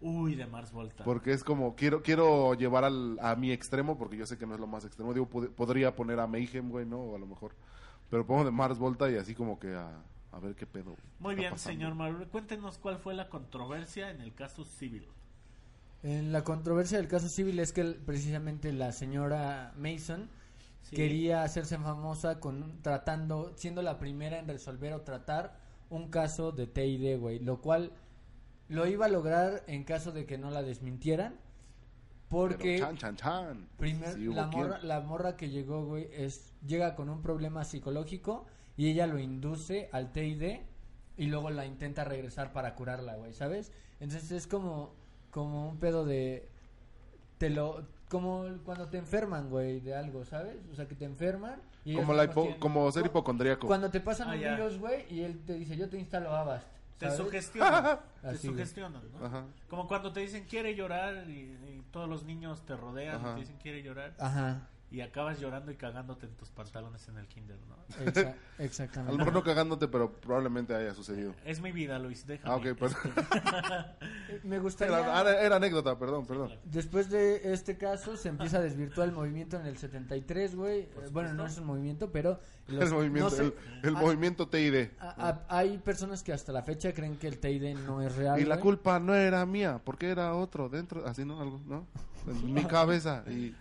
Speaker 3: uy, de Mars Volta.
Speaker 2: Porque es como, quiero quiero llevar al, a mi extremo, porque yo sé que no es lo más extremo. Digo, pod- podría poner a Mayhem, güey, ¿no? O a lo mejor. Pero pongo de Mars Volta y así como que a, a ver qué pedo. güey,
Speaker 3: Muy
Speaker 2: está
Speaker 3: bien,
Speaker 2: pasando.
Speaker 3: señor Marul. Cuéntenos cuál fue la controversia en el caso civil.
Speaker 1: En la controversia del caso civil es que el- precisamente la señora Mason quería hacerse famosa con tratando, siendo la primera en resolver o tratar un caso de TID, güey, lo cual lo iba a lograr en caso de que no la desmintieran,
Speaker 2: Pero
Speaker 1: porque
Speaker 2: Chan, chan, chan.
Speaker 1: primer-
Speaker 2: Sí hubo
Speaker 1: la,
Speaker 2: quien.
Speaker 1: morra, la morra que llegó, güey, es, llega con un problema psicológico y y ella lo induce al TID y luego la intenta regresar para curarla, güey, ¿sabes? Entonces es como, como un pedo de... Te lo, como cuando te enferman, güey, de algo, ¿sabes? O sea, que te enferman. y ellos
Speaker 2: Como, la
Speaker 1: mismos
Speaker 2: hipo-
Speaker 1: tienen-
Speaker 2: como ser
Speaker 1: cu-
Speaker 2: hipocondríaco.
Speaker 1: Cuando te pasan
Speaker 3: Ah,
Speaker 1: un
Speaker 3: ya.
Speaker 1: virus, güey, y él te dice, yo te instalo Avast.
Speaker 3: Te
Speaker 1: ¿sabes?
Speaker 3: sugestionan. te
Speaker 1: Así, güey.
Speaker 3: sugestionan, ¿no?
Speaker 2: Ajá.
Speaker 3: Como cuando te dicen quiere llorar y, y todos los niños te rodean
Speaker 2: Ajá.
Speaker 3: y te dicen quiere llorar
Speaker 1: Ajá,
Speaker 3: y acabas llorando y cagándote en tus pantalones en el kinder, ¿no?
Speaker 1: exa-
Speaker 2: A lo mejor
Speaker 1: exactamente.
Speaker 2: no cagándote, pero probablemente haya sucedido.
Speaker 3: Es mi vida, Luis, déjame.
Speaker 2: Ah, ok, perdón.
Speaker 1: Me gustaría...
Speaker 2: Era, era- era anécdota, perdón, perdón.
Speaker 1: Después de este caso se empieza a desvirtuar el movimiento en el 73, güey. Eh, Bueno, no es un movimiento, pero... los-
Speaker 2: El movimiento,
Speaker 1: no sé,
Speaker 2: el, el
Speaker 1: ah,
Speaker 2: movimiento TID.
Speaker 1: a- a- hay personas que hasta la fecha creen que el TID E no es real.
Speaker 2: Y la
Speaker 1: güey.
Speaker 2: culpa no era mía, porque era otro dentro, así no, algo, ¿no? En mi cabeza y,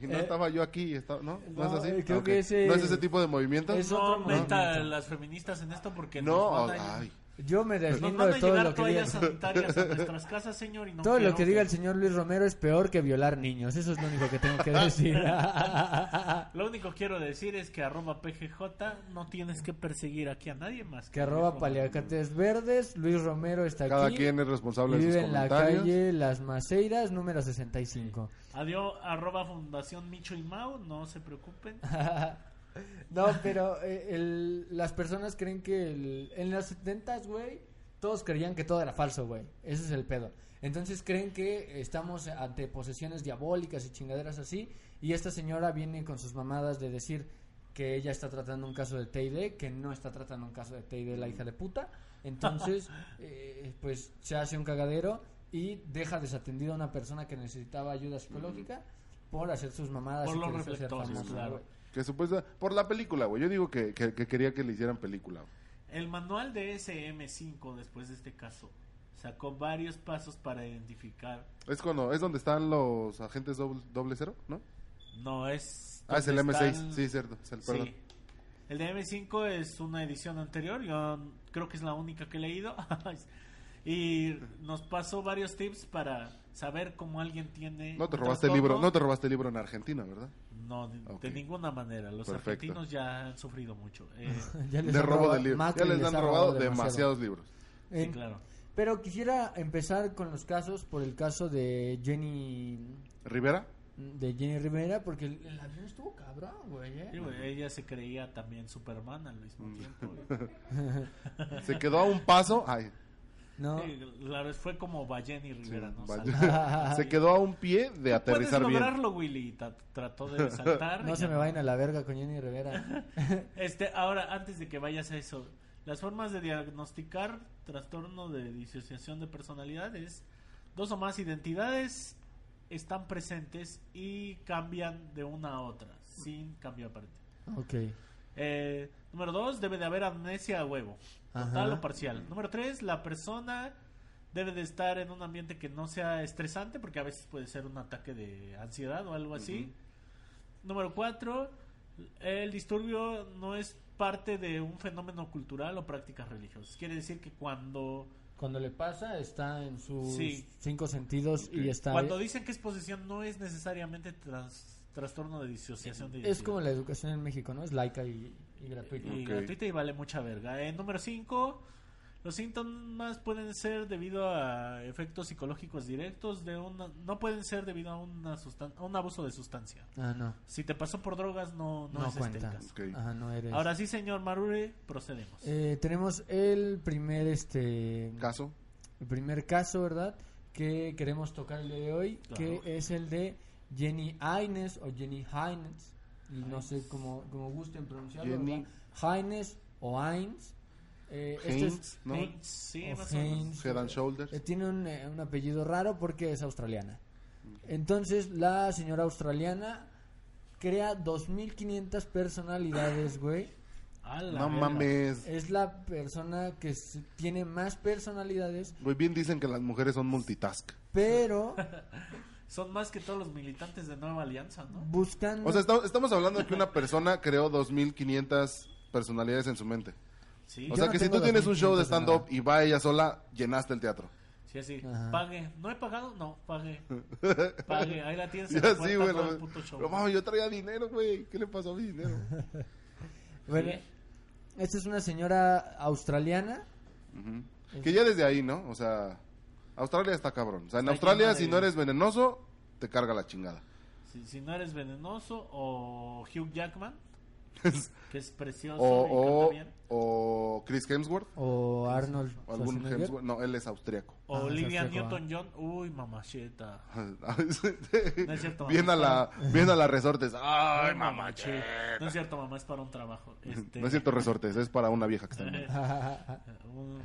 Speaker 2: y no
Speaker 1: Eh,
Speaker 2: estaba yo aquí, estaba, ¿no? ¿No es
Speaker 1: no,
Speaker 2: así?
Speaker 1: eh, creo
Speaker 2: Ah, ok.
Speaker 1: que ese-
Speaker 2: ¿No es ese tipo de movimiento?
Speaker 1: Es
Speaker 3: No
Speaker 1: otro
Speaker 3: meta
Speaker 1: movimiento.
Speaker 3: las feministas en esto porque
Speaker 2: No,
Speaker 3: nos mandan,
Speaker 2: ay.
Speaker 1: Yo me
Speaker 3: nos
Speaker 1: deslindo
Speaker 3: mandan
Speaker 1: de todo
Speaker 3: llegar
Speaker 1: lo que diga.
Speaker 3: toallas sanitarias a nuestras casas, señor, y no
Speaker 1: Todo
Speaker 3: quiero
Speaker 1: lo que diga el señor Luis Romero es peor que violar niños. Eso es lo único que tengo que decir.
Speaker 3: Lo único que quiero decir es que arroba PGJ no tienes que perseguir aquí a nadie más.
Speaker 1: que arroba
Speaker 3: PGJ.
Speaker 1: paliacates verdes. Luis Romero está aquí.
Speaker 2: Cada quien es responsable
Speaker 1: y
Speaker 2: de sus
Speaker 1: vive en la
Speaker 2: comentarios.
Speaker 1: calle Las Maceiras, número 65.
Speaker 3: Adiós, arroba Fundación Micho y Mao, no se preocupen.
Speaker 1: No, pero eh, el- las personas creen que el- en los 70 güey, todos creían que todo era falso, güey. Ese es el pedo. Entonces creen que estamos ante posesiones diabólicas y chingaderas así. Y esta señora viene con sus mamadas de decir que ella está tratando un caso de TID, que no está tratando un caso de TID, la hija de puta. Entonces, eh, pues se hace un cagadero y deja desatendida a una persona que necesitaba ayuda psicológica por hacer sus mamadas
Speaker 3: Por
Speaker 1: y
Speaker 3: los
Speaker 1: quererse hacer
Speaker 3: reflectores,
Speaker 1: famosa,
Speaker 3: claro.
Speaker 1: güey.
Speaker 2: Que supuesta, por la película, güey. Yo digo que, que- que quería que le hicieran película.
Speaker 3: El manual de SM5 después de este caso sacó varios pasos para identificar.
Speaker 2: Es cuando, es donde están los agentes doble, doble cero, ¿no?
Speaker 3: No es.
Speaker 2: Ah, es el
Speaker 3: donde
Speaker 2: M6,
Speaker 3: están-
Speaker 2: sí, cierto. es el- perdón.
Speaker 3: Sí. El de M5 es una edición anterior, yo creo que es la única que he leído. y nos pasó varios tips para saber cómo alguien tiene.
Speaker 2: No te
Speaker 3: un
Speaker 2: robaste el libro,
Speaker 3: trastorno.
Speaker 2: no te robaste el libro en Argentina, ¿verdad?
Speaker 3: No, de,
Speaker 2: Ok.
Speaker 3: de ninguna manera. Los
Speaker 2: Perfecto.
Speaker 3: argentinos ya han sufrido mucho. Eh,
Speaker 1: Ya les
Speaker 2: De
Speaker 1: han
Speaker 2: robo de
Speaker 1: robado-
Speaker 2: libros.
Speaker 1: Macri
Speaker 2: Ya les
Speaker 1: les
Speaker 2: han
Speaker 1: ha
Speaker 2: robado
Speaker 1: demasiado.
Speaker 2: demasiados libros.
Speaker 1: Eh,
Speaker 3: sí, claro.
Speaker 1: Pero quisiera empezar con los casos por el caso de Jenny
Speaker 2: ¿Rivera?
Speaker 1: de Jenny Rivera porque el, el avión estuvo cabrón, güey. ¿eh?
Speaker 3: Sí, güey, ella se creía también Superman al mismo
Speaker 2: Mm.
Speaker 3: tiempo. güey.
Speaker 2: Se quedó a un paso. Ay,
Speaker 1: No.
Speaker 3: Sí, claro, fue como Ballén y Rivera, ¿no?
Speaker 2: vaya.
Speaker 3: Saltar.
Speaker 2: se quedó a un pie de
Speaker 3: Puedes
Speaker 2: aterrizar bien.
Speaker 3: lograrlo, Willy. Ta- trató de saltar.
Speaker 1: No
Speaker 3: y
Speaker 1: se
Speaker 3: ya
Speaker 1: me vayan a la verga con Jenny Rivera.
Speaker 3: Este, ahora, antes de que vayas a eso, las formas de diagnosticar trastorno de disociación de personalidad es dos o más identidades están presentes y cambian de una a otra, sin cambio aparente.
Speaker 1: ok.
Speaker 3: Eh, número dos, debe de haber amnesia a huevo, total
Speaker 1: Ajá.
Speaker 3: o parcial. Número tres, la persona debe de estar en un ambiente que no sea estresante, porque a veces puede ser un ataque de ansiedad o algo así. Número cuatro, el disturbio no es parte de un fenómeno cultural o prácticas religiosas. Quiere decir que cuando,
Speaker 1: Cuando le pasa está en sus
Speaker 3: Sí.
Speaker 1: cinco sentidos y está
Speaker 3: cuando dicen que es posesión no es necesariamente tras- trastorno de disociación de
Speaker 1: es
Speaker 3: identidad.
Speaker 1: como la educación en México, ¿no? Es laica y, y gratuita.
Speaker 3: y
Speaker 2: Ok.
Speaker 3: gratuita y vale mucha verga. Eh, número 5. Los síntomas pueden ser debido a efectos psicológicos directos de una no pueden ser debido a una sustan- a un abuso de sustancia.
Speaker 1: Ah, no.
Speaker 3: Si te pasó por drogas no
Speaker 1: No
Speaker 3: no, es este
Speaker 1: cuenta.
Speaker 3: el caso.
Speaker 2: Ok.
Speaker 1: Ajá, no eres.
Speaker 3: Ahora sí, señor Marure, procedemos.
Speaker 1: Eh, tenemos el primer este
Speaker 2: Caso.
Speaker 1: El primer caso, ¿verdad? Que queremos tocar el día de hoy,
Speaker 3: Claro.
Speaker 1: que es el de Jenny Hines o Jenny Hines, y no sé cómo, cómo gusten pronunciarlo,
Speaker 2: Jenny.
Speaker 1: ¿verdad? Hines o Hines. Eh, este es-
Speaker 2: Haynes, ¿no?
Speaker 3: Haynes, sí,
Speaker 1: O
Speaker 3: más o menos.
Speaker 1: Haynes.
Speaker 2: Head and
Speaker 1: eh,
Speaker 2: Shoulders.
Speaker 1: tiene un, eh, un apellido raro porque es australiana. Entonces, la señora australiana crea 2.500 personalidades, güey.
Speaker 3: A la
Speaker 2: No
Speaker 3: verga.
Speaker 2: mames.
Speaker 1: Es la persona que s- tiene más personalidades,
Speaker 2: Güey, bien dicen que las mujeres son multitask.
Speaker 1: pero
Speaker 3: Son más que todos los militantes de Nueva Alianza, ¿no?
Speaker 1: buscando...
Speaker 2: O sea, esta- estamos hablando de que una persona creó 2.500 personalidades en su mente.
Speaker 3: Sí,
Speaker 2: O
Speaker 1: Yo
Speaker 2: sea
Speaker 1: no
Speaker 2: que si
Speaker 1: tengo
Speaker 2: tú tienes un show
Speaker 1: 2.500
Speaker 2: de
Speaker 1: de
Speaker 2: stand-up
Speaker 1: nada.
Speaker 2: y va ella sola, llenaste el teatro.
Speaker 3: sí, así.
Speaker 1: Ajá.
Speaker 3: Pague. ¿No he pagado? No, pague. Pague. Ahí la tienes.
Speaker 2: Y
Speaker 3: en la
Speaker 2: así,
Speaker 3: puerta
Speaker 2: güey.
Speaker 3: todo
Speaker 2: lo-
Speaker 3: el puto show.
Speaker 2: Pero, mami, yo traía dinero, güey. ¿Qué le pasó a mi dinero?
Speaker 1: Bueno,
Speaker 3: Sí.
Speaker 1: Esta es una señora australiana.
Speaker 2: Ujú. Que ya desde ahí, ¿no? O sea, Australia está cabrón. O sea, en Australia, si no eres venenoso, te carga la chingada.
Speaker 3: Si, si no eres venenoso o Hugh Jackman, que es precioso
Speaker 2: O,
Speaker 3: y canta bien.
Speaker 2: o, o Chris Hemsworth,
Speaker 1: O Arnold
Speaker 2: o algún
Speaker 1: Schwarzenegger.
Speaker 2: Hemsworth. No, él es austriaco.
Speaker 3: O
Speaker 1: Ah,
Speaker 3: Olivia
Speaker 1: esa es otra,
Speaker 3: Newton-John. Uy, mamacheta. No es cierto,
Speaker 2: Viendo a la, viendo a las resortes. Ay, mamá.
Speaker 3: mamacheta. No es cierto, mamá, es para un trabajo. Este,
Speaker 2: No es cierto, resortes, es para una vieja que está en el-
Speaker 3: un,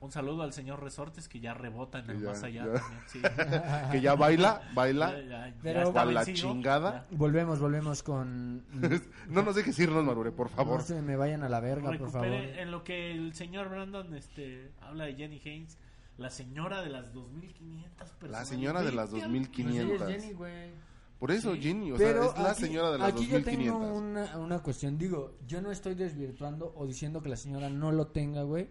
Speaker 3: un saludo al señor Resortes que ya rebota en el
Speaker 2: Que ya-
Speaker 3: más allá.
Speaker 2: ya.
Speaker 3: también, sí. Ya-
Speaker 2: Que ya baila, baila.
Speaker 3: ya- ya
Speaker 1: Pero-
Speaker 3: está
Speaker 2: A la
Speaker 3: vencido,
Speaker 2: chingada.
Speaker 1: Volvemos, volvemos con...
Speaker 2: No nos dejes irnos, Marure, por favor.
Speaker 1: No se me vayan a la
Speaker 3: ya.
Speaker 1: verga, por favor.
Speaker 3: Recupere en lo que el señor Brandon este, habla de Jenny Haynes, la señora de las 2500 personas.
Speaker 2: La señora de
Speaker 1: Pues
Speaker 2: las 2500.
Speaker 1: güey.
Speaker 2: Por eso,
Speaker 3: Sí.
Speaker 2: Jenny, o sea,
Speaker 1: Pero
Speaker 2: es la
Speaker 1: aquí-
Speaker 2: señora de las
Speaker 1: Aquí yo
Speaker 2: 2500.
Speaker 1: tengo una, una cuestión. Digo, yo no estoy desvirtuando o diciendo que la señora no lo tenga, güey.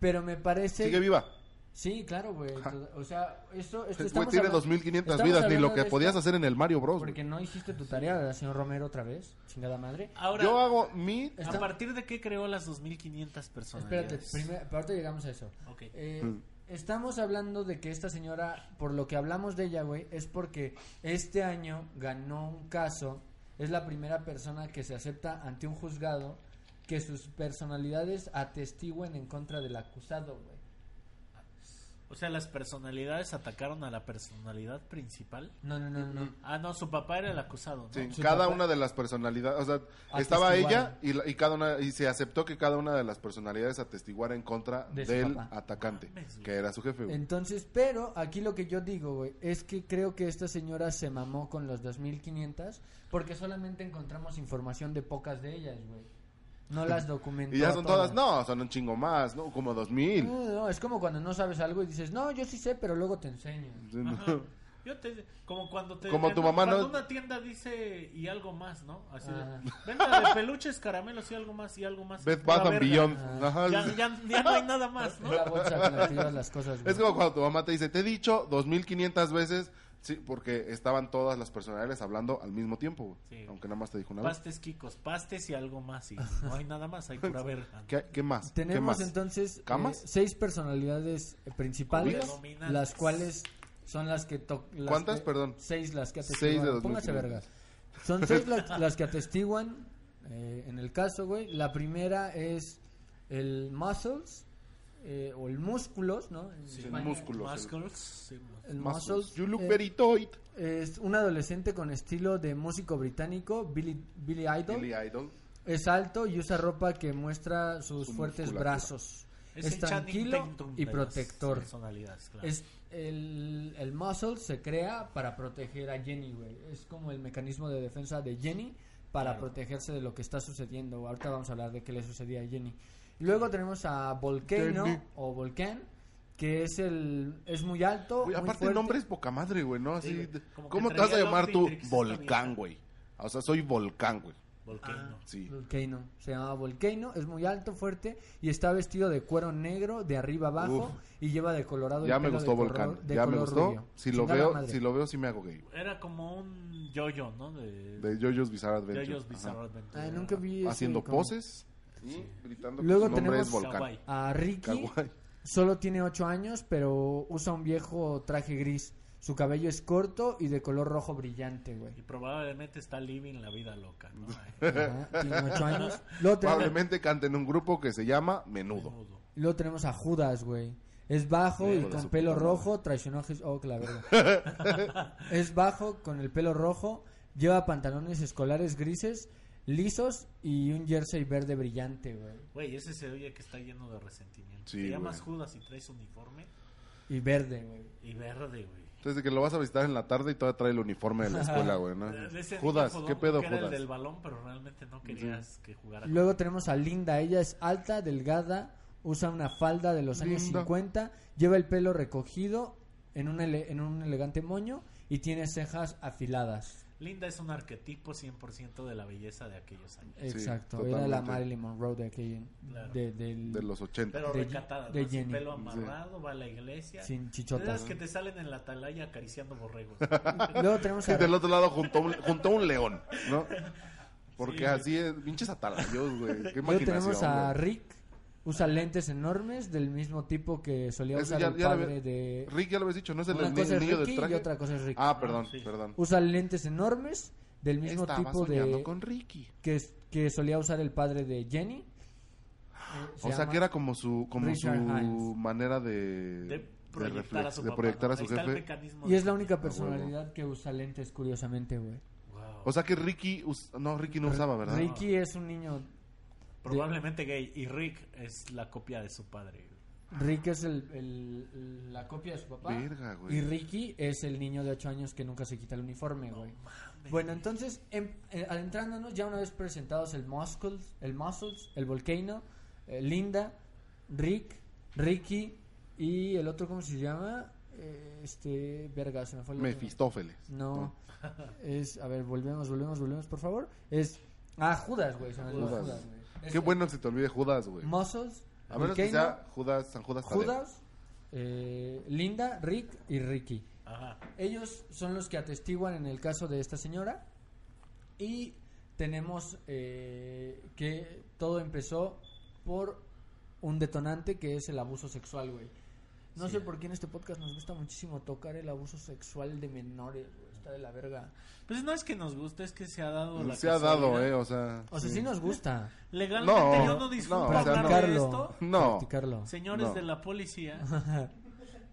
Speaker 1: Pero me parece...
Speaker 2: Sigue viva. Pues,
Speaker 1: Sí, claro, güey. O sea, esto, esto
Speaker 2: Güey,
Speaker 1: Este, estamos
Speaker 2: tiene
Speaker 1: hablando-
Speaker 2: 2500
Speaker 1: estamos
Speaker 2: vidas, ni
Speaker 1: hablando
Speaker 2: lo que
Speaker 1: de esto
Speaker 2: podías hacer en el Mario Bros. güey.
Speaker 1: Porque no hiciste tu tarea, señor Romero, otra vez. Chingada madre.
Speaker 3: Ahora,
Speaker 2: Yo hago mi.
Speaker 3: ¿a partir de qué creó las 2500
Speaker 2: Ah,
Speaker 3: personas?
Speaker 1: Espérate, primero, pero ahorita llegamos a eso.
Speaker 3: Ok.
Speaker 1: Eh,
Speaker 2: Mm.
Speaker 1: Estamos hablando de que esta señora, por lo que hablamos de ella, güey, es porque este año ganó un caso. Es la primera persona que se acepta ante un juzgado que sus personalidades atestiguen en contra del acusado, güey.
Speaker 3: O sea, las personalidades atacaron a la personalidad principal.
Speaker 1: No, no, no, no.
Speaker 3: Ah, no, su papá era el acusado. ¿no?
Speaker 2: Sí,
Speaker 1: Su
Speaker 2: cada
Speaker 1: papá-
Speaker 2: una de las personalidades, o sea, estaba
Speaker 1: Atestiguaron.
Speaker 2: ella y, la- y cada una y se aceptó que cada una de las personalidades atestiguara en contra
Speaker 1: De su
Speaker 2: del
Speaker 1: papá. Ah,
Speaker 2: atacante,
Speaker 3: Mames, güey.
Speaker 2: que era su jefe. güey.
Speaker 1: Entonces, pero aquí lo que yo digo, güey, es que creo que esta señora se mamó con los 2500 porque solamente encontramos información de pocas de ellas, güey. No las documentó.
Speaker 2: Y ya son todas, no, son un chingo más, ¿no? Como dos mil.
Speaker 1: No, no, es como cuando no sabes algo y dices, no, yo sí sé, pero luego te enseño.
Speaker 3: Ajá. Yo te, como cuando te
Speaker 2: Como
Speaker 3: en-
Speaker 2: tu mamá,
Speaker 3: cuando
Speaker 2: ¿no?
Speaker 3: una tienda dice y algo más, ¿no? Así de,
Speaker 1: Ajá.
Speaker 3: venta de peluches, caramelos y algo más y algo más.
Speaker 2: Beth
Speaker 3: Pura
Speaker 2: Bath and
Speaker 3: verga.
Speaker 1: Ah,
Speaker 2: Beyond. Ajá.
Speaker 3: Ya, ya- ya no hay nada más, ¿no?
Speaker 1: Es la bolsa con la que llevas las cosas, güey.
Speaker 2: Es como cuando tu mamá te dice, te he dicho 2500 veces, sí, porque estaban todas las personalidades hablando al mismo tiempo, güey.
Speaker 3: Sí.
Speaker 2: Aunque nada más te dijo una vez.
Speaker 3: Pastes, Kikos, pastes y algo más. Y no hay nada más, hay pura verga.
Speaker 2: ¿Qué, qué más? ¿Qué
Speaker 1: Tenemos
Speaker 2: más?
Speaker 1: entonces eh,
Speaker 2: ¿Camas?
Speaker 1: seis personalidades eh, principales,
Speaker 3: Predominantes.
Speaker 1: las cuales son las que... to- las
Speaker 2: ¿Cuántas?
Speaker 1: que-
Speaker 2: Perdón.
Speaker 1: Seis las que
Speaker 2: Seis
Speaker 1: atestiguan.
Speaker 2: de los
Speaker 1: Póngase
Speaker 2: 1500.
Speaker 1: vergas. Son seis la- las que atestiguan eh, en el caso, güey. La primera es el muscles eh, o el músculos, ¿no? En
Speaker 2: Sí,
Speaker 1: España,
Speaker 2: músculos.
Speaker 3: Muscles, sí, mus-
Speaker 1: El
Speaker 2: Muscles.
Speaker 1: muscles.
Speaker 2: You look
Speaker 1: eh,
Speaker 2: very toit.
Speaker 1: Es un adolescente con estilo de músico británico, Billy, Billy Idol.
Speaker 2: Billy Idol.
Speaker 1: Es alto y usa ropa que muestra sus
Speaker 2: Su
Speaker 1: fuertes
Speaker 2: musculatura.
Speaker 1: brazos. Es,
Speaker 3: el Channing
Speaker 1: tranquilo
Speaker 3: Tatum
Speaker 1: y
Speaker 3: de las
Speaker 1: protector.
Speaker 3: personalidades, claro.
Speaker 1: Es el, el muscle se crea para proteger a Jenny, güey. Es como el mecanismo de defensa de Jenny para protegerse de lo que está sucediendo. Ahorita vamos a hablar de qué le sucedía a Jenny. Luego tenemos a Volcano
Speaker 2: Jenny.
Speaker 1: o Volcán, que es el es muy alto,
Speaker 2: Güey,
Speaker 1: muy
Speaker 2: aparte el
Speaker 1: fuerte.
Speaker 2: nombre es poca madre, güey, ¿no? Así,
Speaker 3: Sí, güey.
Speaker 2: de-
Speaker 3: Como que
Speaker 2: ¿Cómo te vas a
Speaker 3: traía
Speaker 2: llamar
Speaker 3: los
Speaker 2: tú?
Speaker 3: Pintrix esta
Speaker 2: Volcán,
Speaker 3: mierda.
Speaker 2: güey. O sea, soy volcán, güey.
Speaker 3: Volcano.
Speaker 2: Sí.
Speaker 1: Volcano, se llamaba Volcano, es muy alto, fuerte y está vestido de cuero negro de arriba abajo
Speaker 2: Uf.
Speaker 1: y lleva de colorado
Speaker 2: Ya
Speaker 1: el
Speaker 2: me
Speaker 1: pelo
Speaker 2: gustó
Speaker 1: de
Speaker 2: volcán.
Speaker 1: color- de
Speaker 2: Ya me
Speaker 1: color
Speaker 2: gustó.
Speaker 1: rubio.
Speaker 2: Si lo
Speaker 1: Chingada
Speaker 2: veo,
Speaker 1: madre.
Speaker 2: si lo veo, sí me hago gay. güey.
Speaker 3: Era como un yo-yo, ¿no? De,
Speaker 2: De JoJo's Bizarre Adventure.
Speaker 3: yo-yos
Speaker 2: Ajá. Ah,
Speaker 3: Bizarre Adventure.
Speaker 1: Ay, nunca vi ese
Speaker 2: Haciendo
Speaker 1: como-
Speaker 2: poses y gritando
Speaker 1: Luego
Speaker 2: que su nombre
Speaker 1: tenemos-
Speaker 2: es volcán.
Speaker 3: Kawaii.
Speaker 1: A Ricky
Speaker 2: Kawaii.
Speaker 1: solo tiene 8 años, pero usa un viejo traje gris. Su cabello es corto y de color rojo brillante, güey.
Speaker 3: Y probablemente está living la vida loca, ¿no? Ay,
Speaker 1: Ajá, Tiene 8 años. Luego tenemos,
Speaker 2: Probablemente cante en un grupo que se llama Menudo.
Speaker 3: menudo.
Speaker 1: luego tenemos a Judas, güey. Es bajo y
Speaker 2: Hijo de
Speaker 1: con
Speaker 2: su
Speaker 1: pelo
Speaker 2: puta
Speaker 1: rojo, traicionó a Jesús. Oh, que la verga. es bajo, con el pelo rojo, lleva pantalones escolares grises, lisos y un jersey verde brillante, güey.
Speaker 3: Güey, ese se oye que está lleno de resentimiento.
Speaker 2: Sí,
Speaker 3: Te llamas
Speaker 2: güey.
Speaker 3: Judas y traes uniforme
Speaker 1: Y verde, güey.
Speaker 3: y verde, güey.
Speaker 2: Entonces, de que lo vas a visitar en la tarde y todavía trae el uniforme de la escuela, güey. ¿no?
Speaker 3: De ese niño
Speaker 2: Ah, Judas,
Speaker 3: jodón
Speaker 2: ¿qué pedo,
Speaker 3: que Era el del
Speaker 2: Judas?
Speaker 3: balón, pero realmente no querías que jugara. con-
Speaker 1: Luego tenemos a Linda, ella es alta, delgada, usa una falda de los años
Speaker 2: Linda.
Speaker 1: 50, lleva el pelo recogido en un, ele- en un elegante moño y tiene cejas afiladas.
Speaker 3: Linda es un arquetipo 100% de la belleza de aquellos años.
Speaker 1: Exacto, era
Speaker 2: totalmente.
Speaker 1: la Marilyn Monroe de aquel...
Speaker 3: Claro.
Speaker 1: de- del-
Speaker 2: De los 80.
Speaker 3: Pero
Speaker 1: De-
Speaker 3: recatada, ¿no?
Speaker 1: de
Speaker 3: Sin
Speaker 1: Jenny.
Speaker 3: pelo amarrado, va a la iglesia.
Speaker 1: Sin chichotas.
Speaker 3: Esas que te salen en la atalaya acariciando borregos.
Speaker 1: Luego tenemos
Speaker 2: Y
Speaker 1: a...
Speaker 2: del otro lado juntó un, juntó un león, ¿no? Porque
Speaker 3: Sí, güey.
Speaker 2: así es, pinches atalayos, güey. Qué
Speaker 1: Luego
Speaker 2: imaginación.
Speaker 1: tenemos a
Speaker 2: güey.
Speaker 1: Rick. Usa lentes enormes del mismo tipo que solía
Speaker 2: Ese
Speaker 1: usar
Speaker 2: ya-
Speaker 1: el
Speaker 2: ya lo
Speaker 1: padre
Speaker 2: había-
Speaker 1: de...
Speaker 2: Rick ya lo habéis dicho, ¿no es el,
Speaker 1: Una
Speaker 2: el
Speaker 1: cosa es
Speaker 2: niño del
Speaker 1: Ricky
Speaker 2: traje?
Speaker 1: y otra cosa es Rick.
Speaker 2: Ah, perdón,
Speaker 3: Ah, sí.
Speaker 2: perdón.
Speaker 1: Usa lentes enormes del mismo
Speaker 2: Estaba
Speaker 1: tipo
Speaker 2: soñando
Speaker 1: de...
Speaker 2: con Ricky.
Speaker 1: Que, es- que solía usar el padre de Jenny. Eh, se
Speaker 2: Ah, o sea
Speaker 1: llama-
Speaker 2: que era como su como su
Speaker 1: Richard Hines.
Speaker 2: manera de
Speaker 3: De proyectar
Speaker 2: reflex-
Speaker 3: a su
Speaker 2: de
Speaker 3: papá.
Speaker 2: proyectar a
Speaker 3: Ahí
Speaker 2: su
Speaker 3: está el
Speaker 2: jefe.
Speaker 3: mecanismo
Speaker 1: Y
Speaker 3: de-
Speaker 1: es la única
Speaker 2: Ah, huevo.
Speaker 1: personalidad que usa lentes, curiosamente, güey.
Speaker 3: Wow.
Speaker 2: O sea que Ricky us- no Ricky no usaba, ¿verdad?
Speaker 1: Ricky es un niño...
Speaker 3: Probablemente gay. Y Rick es la copia de su padre. güey.
Speaker 1: Rick es el, el- la copia de su papá.
Speaker 2: Verga, güey.
Speaker 1: Y Ricky es el niño de 8 años que nunca se quita el uniforme, güey. bueno, entonces, em- eh, adentrándonos, ya una vez presentados el Muscles, el Muscles, el Volcano, eh, Linda, Rick, Ricky y el otro, ¿cómo se llama? Eh, este, verga, se me fue el otro.
Speaker 2: Mefistófeles.
Speaker 1: No. Es, a ver, volvemos, volvemos, volvemos, por favor. Es, ah, Judas, güey. se me olvidó
Speaker 2: Judas.
Speaker 1: Judas, güey. Es
Speaker 2: Qué bueno que se te olvide Judas, güey.
Speaker 1: Muscles,
Speaker 2: A menos que
Speaker 1: Volcano,
Speaker 2: sea Judas, San Judas Tadeo.
Speaker 1: Judas, eh, Linda, Rick y Ricky.
Speaker 3: Ajá.
Speaker 1: Ellos son los que atestiguan en el caso de esta señora y tenemos eh, que todo empezó por un detonante que es el abuso sexual, güey. No sé por qué en este podcast nos gusta muchísimo tocar el abuso sexual de menores, güey. Está de la verga.
Speaker 3: Pues no es que nos guste, es que se ha dado la
Speaker 2: Se ha dado,
Speaker 3: casualidad.
Speaker 2: eh, o sea.
Speaker 1: O sea, sí, nos gusta
Speaker 3: Legalmente
Speaker 2: No,
Speaker 3: yo no disfruto
Speaker 2: no, o sea,
Speaker 3: hablar de
Speaker 1: practicarlo.
Speaker 3: esto.
Speaker 2: No.
Speaker 1: practicarlo.
Speaker 3: Señores
Speaker 2: No.
Speaker 3: de la policía,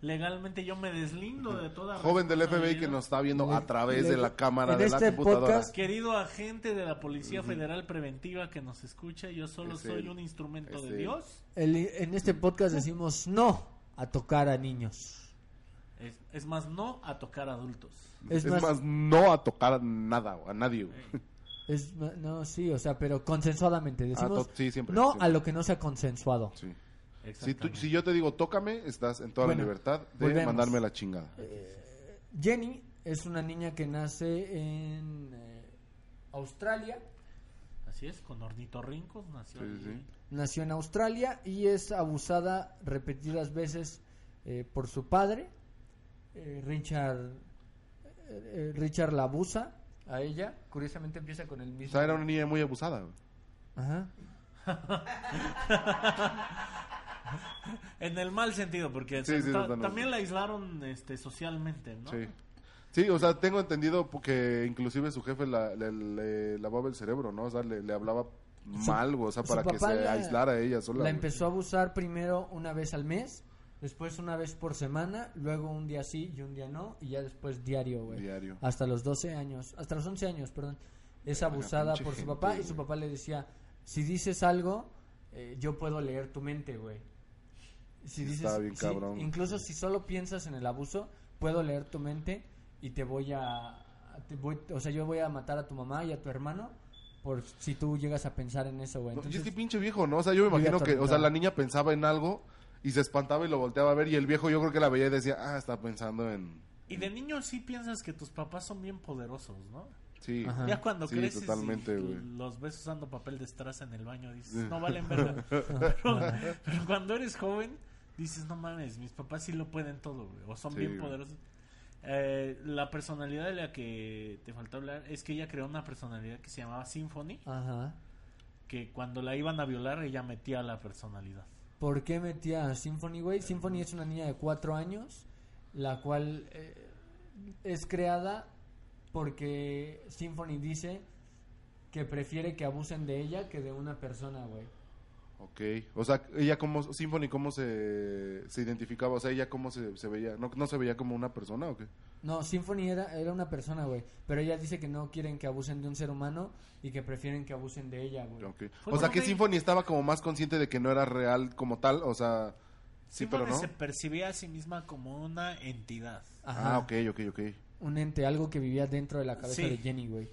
Speaker 3: legalmente yo me deslindo de toda
Speaker 2: Joven del FBI
Speaker 3: responsabilidad.
Speaker 2: que nos está viendo a través
Speaker 1: le-
Speaker 2: de la cámara
Speaker 1: en
Speaker 2: de
Speaker 1: este
Speaker 2: la computadora.
Speaker 1: podcast-
Speaker 3: Querido agente de la Policía Federal Preventiva que nos escucha, yo solo
Speaker 2: Es
Speaker 3: soy
Speaker 2: él.
Speaker 3: un instrumento
Speaker 2: Es
Speaker 3: de
Speaker 2: él.
Speaker 3: Dios.
Speaker 1: El- en este podcast decimos no a tocar a niños.
Speaker 3: Es, es más, no a tocar adultos.
Speaker 2: Es,
Speaker 1: Es, más,
Speaker 2: más, no a tocar nada, a nadie. güey.
Speaker 1: es ma- no, sí, o sea, pero consensuadamente. Decimos
Speaker 2: to- Ah, sí, siempre,
Speaker 1: no
Speaker 2: siempre.
Speaker 1: a lo que no sea consensuado.
Speaker 2: Sí. Si, tú-
Speaker 3: Exactamente.
Speaker 2: si yo te digo tócame, estás en toda
Speaker 1: Bueno,
Speaker 2: la libertad de
Speaker 1: volvemos. Eh,
Speaker 2: mandarme la chingada.
Speaker 1: Jenny es una niña que nace en eh, Australia,
Speaker 3: Así es, con ornitorrincos nació.
Speaker 2: Sí, sí, sí.
Speaker 3: allí.
Speaker 1: nació en Australia y es abusada repetidas veces eh, por su padre. Eh, Richard, eh, eh, Richard la abusa a ella. Curiosamente empieza con el
Speaker 2: O
Speaker 1: mismo.
Speaker 2: sea, era una niña muy abusada. güey.
Speaker 1: Ajá.
Speaker 3: En el mal sentido, porque
Speaker 2: Sí,
Speaker 3: se-
Speaker 2: sí,
Speaker 3: ta-
Speaker 2: totalmente.
Speaker 3: también la aislaron este, socialmente, ¿no?
Speaker 2: Sí. Sí, o sea, tengo entendido que inclusive su jefe la, le, le lavaba el cerebro, ¿no? O sea, le, le hablaba mal, güey, o sea,
Speaker 1: su
Speaker 2: para que se
Speaker 1: papá la-
Speaker 2: aislara ella sola.
Speaker 1: La
Speaker 2: güey.
Speaker 1: empezó a abusar primero una vez al mes, después una vez por semana, luego un día sí y un día no, y ya después diario, güey.
Speaker 2: Diario.
Speaker 1: Hasta los 12 años, hasta los 11 años, perdón. Es
Speaker 2: Verga,
Speaker 1: abusada
Speaker 2: pinche
Speaker 1: por su
Speaker 2: gente,
Speaker 1: papá y
Speaker 2: güey.
Speaker 1: su papá le decía, si dices algo, eh, yo puedo leer tu mente, güey. Si
Speaker 2: Sí,
Speaker 1: dices,
Speaker 2: estaba bien
Speaker 1: si-
Speaker 2: cabrón.
Speaker 1: incluso si solo piensas en el abuso, puedo leer tu mente y te voy a, te voy- o sea, yo voy a matar a tu mamá y a tu hermano por si tú llegas a pensar en eso, güey.
Speaker 2: No, y
Speaker 1: Entonces,
Speaker 2: es que pinche viejo, ¿no? O sea, yo me
Speaker 1: Muy
Speaker 2: imagino que, o sea,
Speaker 1: atormentado.
Speaker 2: la niña pensaba en algo y se espantaba y lo volteaba a ver y el viejo yo creo que la veía y decía, ah, está pensando en...
Speaker 3: Y de niño sí piensas que tus papás son bien poderosos, ¿no?
Speaker 2: Sí.
Speaker 1: Ajá.
Speaker 3: Ya cuando
Speaker 2: Sí,
Speaker 3: creces
Speaker 2: totalmente,
Speaker 3: y
Speaker 2: güey.
Speaker 3: los ves usando papel de estraza en el baño, dices, no valen verga. pero, pero cuando eres joven, dices, no mames, mis papás sí lo pueden todo, güey, o son
Speaker 2: Sí,
Speaker 3: bien
Speaker 2: güey.
Speaker 3: poderosos. Eh, la personalidad de la que te faltó hablar es que ella creó una personalidad que se llamaba Symphony,
Speaker 1: Ajá.
Speaker 3: que cuando la iban a violar ella metía la personalidad.
Speaker 1: ¿Por qué metía a Symphony, güey? Symphony es una niña de cuatro años, la cual eh, es creada porque Symphony dice que prefiere que abusen de ella que de una persona, güey.
Speaker 2: Ok. O sea, ella como... Symphony, ¿cómo se, se identificaba? O sea, ella cómo se, se veía... ¿No, ¿No se veía como una persona o qué?
Speaker 1: No, Symphony era, era una persona, güey. Pero ella dice que no quieren que abusen de un ser humano y que prefieren que abusen de ella, güey.
Speaker 2: Ok.
Speaker 3: Fue
Speaker 2: O sea,
Speaker 3: como
Speaker 2: que
Speaker 3: que-
Speaker 2: Symphony estaba como más consciente de que no era real como tal, o sea... Sí,
Speaker 3: Symphony
Speaker 2: pero no.
Speaker 3: se percibía a sí misma como una entidad.
Speaker 1: Ajá.
Speaker 2: Ah, ok, ok, ok.
Speaker 1: un ente, algo que vivía dentro de la cabeza
Speaker 3: Sí.
Speaker 1: de Jenny, güey.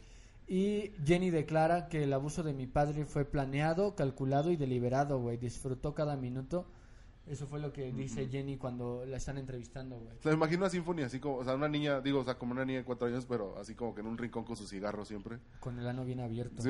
Speaker 1: Y Jenny declara que el abuso de mi padre fue planeado, calculado y deliberado, güey. Disfrutó cada minuto. Eso fue lo que dice Jenny cuando la están entrevistando, güey.
Speaker 2: O sea, me imagino a Symphony así como... O sea, una niña, digo, o sea, como una niña de cuatro años, pero así como que en un rincón con su cigarro siempre.
Speaker 1: Con el ano bien abierto.
Speaker 2: Sí,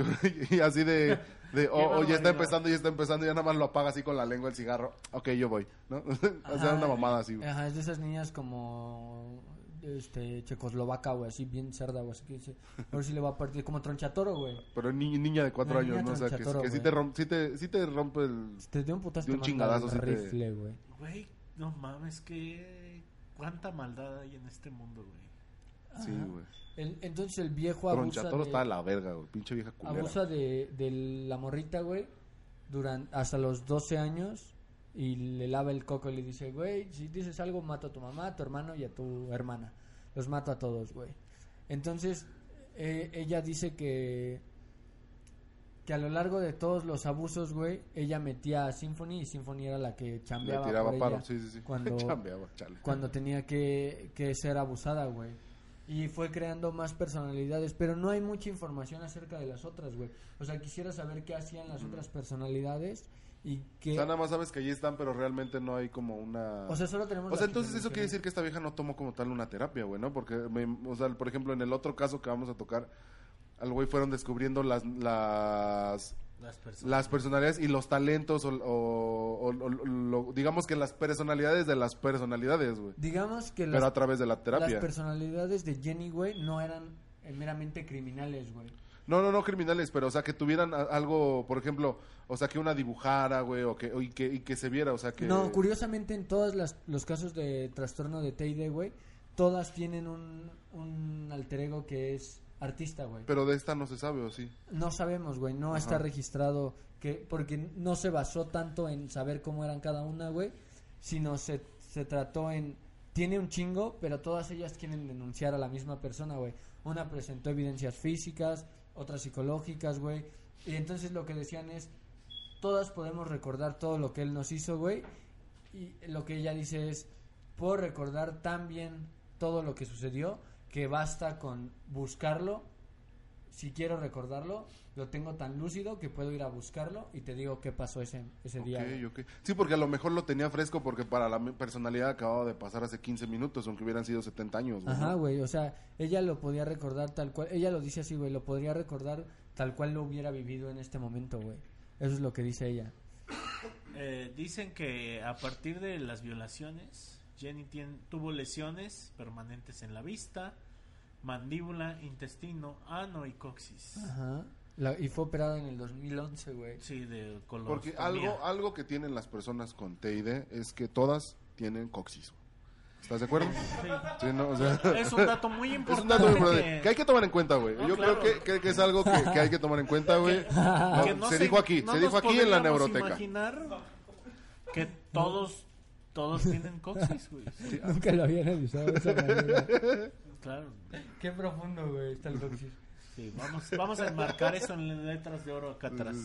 Speaker 2: y así de, de oh, oh, ya
Speaker 3: barbaridad.
Speaker 2: está empezando, ya está empezando, ya nada más lo apaga así con la lengua el cigarro. Ok, yo voy, ¿no? o sea,
Speaker 1: Ajá, Eh.
Speaker 2: una mamada así. güey.
Speaker 1: Ajá, es de esas niñas como este, checoslovaca, güey, así bien cerda, güey. Así que dice, ahora sí le va a partir como tronchatoro, güey.
Speaker 2: Pero ni- niña de cuatro
Speaker 1: Una
Speaker 2: años,
Speaker 1: niña
Speaker 2: ¿no? O sea, que,
Speaker 1: tronchatoro,
Speaker 2: que sí,
Speaker 1: güey.
Speaker 2: te rompe, sí, te, sí te rompe el...
Speaker 1: Te dio un putazo
Speaker 2: De un
Speaker 1: te manda
Speaker 2: chingadazo,
Speaker 1: un
Speaker 2: sí te-
Speaker 1: rifle, güey.
Speaker 3: Güey, no mames, que. Cuánta maldad hay en este mundo, güey.
Speaker 2: Sí,
Speaker 1: Ajá.
Speaker 2: güey.
Speaker 1: El- entonces el viejo abusa
Speaker 2: Tronchatoro
Speaker 1: de-
Speaker 2: está a la verga, güey. Pinche vieja culera.
Speaker 1: abusa de, de la morrita, güey, duran, hasta los 12 años y le lava el coco y le dice, güey, si dices algo, mato a tu mamá, a tu hermano y a tu hermana. Los mato a todos, güey. Entonces, eh, ella dice que que a lo largo de todos los abusos, güey, ella metía a Symphony y Symphony era la que
Speaker 2: Le
Speaker 1: chambeaba
Speaker 2: tiraba
Speaker 1: por
Speaker 2: paro,
Speaker 1: ella
Speaker 2: sí, sí, sí.
Speaker 1: cuando-
Speaker 2: Chambeaba, chale.
Speaker 1: cuando tenía que, que ser abusada, güey. Y fue creando más personalidades, pero no hay mucha información acerca de las otras, güey. O sea, quisiera saber qué hacían las otras personalidades y qué...
Speaker 2: O sea, nada más sabes que allí están, pero realmente no hay como una...
Speaker 1: o sea, solo tenemos...
Speaker 2: O
Speaker 1: las
Speaker 2: sea,
Speaker 1: que te
Speaker 2: entonces eso quiere
Speaker 1: mencioné.
Speaker 2: decir que esta vieja no tomó como tal una terapia, güey, ¿no? Porque, me- o sea, por ejemplo, en el otro caso que vamos a tocar, al güey fueron descubriendo las, las,
Speaker 3: Las personas.
Speaker 2: las personalidades y los talentos, o, o- o- o- lo- digamos que las personalidades de las personalidades, güey.
Speaker 1: Digamos que
Speaker 2: Pero
Speaker 1: las,
Speaker 2: a través de la
Speaker 1: las
Speaker 2: terapia.
Speaker 1: personalidades de Jenny, güey, no eran eh, meramente criminales, güey.
Speaker 2: No, no, no criminales, pero, o sea, que tuvieran a- algo, por ejemplo, o sea, que una dibujara, güey, o que, o- y que, y que se viera, o sea, que...
Speaker 1: No, curiosamente en todos los casos de trastorno de TID, güey, todas tienen un, un alter ego que es artista, güey.
Speaker 2: Pero de esta no se sabe, ¿o sí?
Speaker 1: No sabemos, güey, no está registrado que porque no se basó tanto en saber cómo eran cada una, güey, sino se, se trató en tiene un chingo, pero todas ellas quieren denunciar a la misma persona, güey. Una presentó evidencias físicas, otras psicológicas, güey. Y entonces lo que decían es todas podemos recordar todo lo que él nos hizo, güey, y lo que ella dice es, puedo recordar tan bien todo lo que sucedió que basta con buscarlo. Si quiero recordarlo, lo tengo tan lúcido que puedo ir a buscarlo y te digo qué pasó ese, ese día.
Speaker 2: Ok,
Speaker 1: güey.
Speaker 2: ok. Sí, porque a lo mejor lo tenía fresco porque para la mi- personalidad acababa de pasar hace 15 minutos, aunque hubieran sido 70 años. güey,
Speaker 1: Ajá,
Speaker 2: ¿no?
Speaker 1: güey, o sea, ella lo podía recordar tal cual, ella lo dice así, güey, lo podría recordar tal cual lo hubiera vivido en este momento, güey. Eso es lo que dice ella.
Speaker 3: Eh, dicen que a partir de las violaciones, Jenny tien- tuvo lesiones permanentes en la vista, mandíbula, intestino, ano y coxis.
Speaker 1: Ajá. La- y fue operada en el 2011, güey.
Speaker 3: Sí, de color.
Speaker 2: Porque algo, algo que tienen las personas con TID es que todas tienen coxis. ¿Estás de acuerdo? Sí, ¿no? O sea,
Speaker 3: Es un dato muy
Speaker 2: es un
Speaker 3: importante.
Speaker 2: dato muy importante
Speaker 3: que-
Speaker 2: que hay que tomar en cuenta, güey.
Speaker 3: No,
Speaker 2: Yo
Speaker 3: claro.
Speaker 2: creo que, que- que es algo que, que hay que tomar en cuenta, güey. No,
Speaker 3: que no
Speaker 2: se dijo aquí,
Speaker 3: no
Speaker 2: se dijo
Speaker 3: nos
Speaker 2: aquí en la
Speaker 3: podríamos
Speaker 2: neuroteca.
Speaker 3: imaginar que todos, todos tienen coxis, güey.
Speaker 1: Nunca lo habían avisado de esa manera.
Speaker 3: Claro.
Speaker 1: Qué profundo, güey, está el coxis.
Speaker 3: Sí, vamos, vamos a enmarcar eso en letras de oro acá atrás.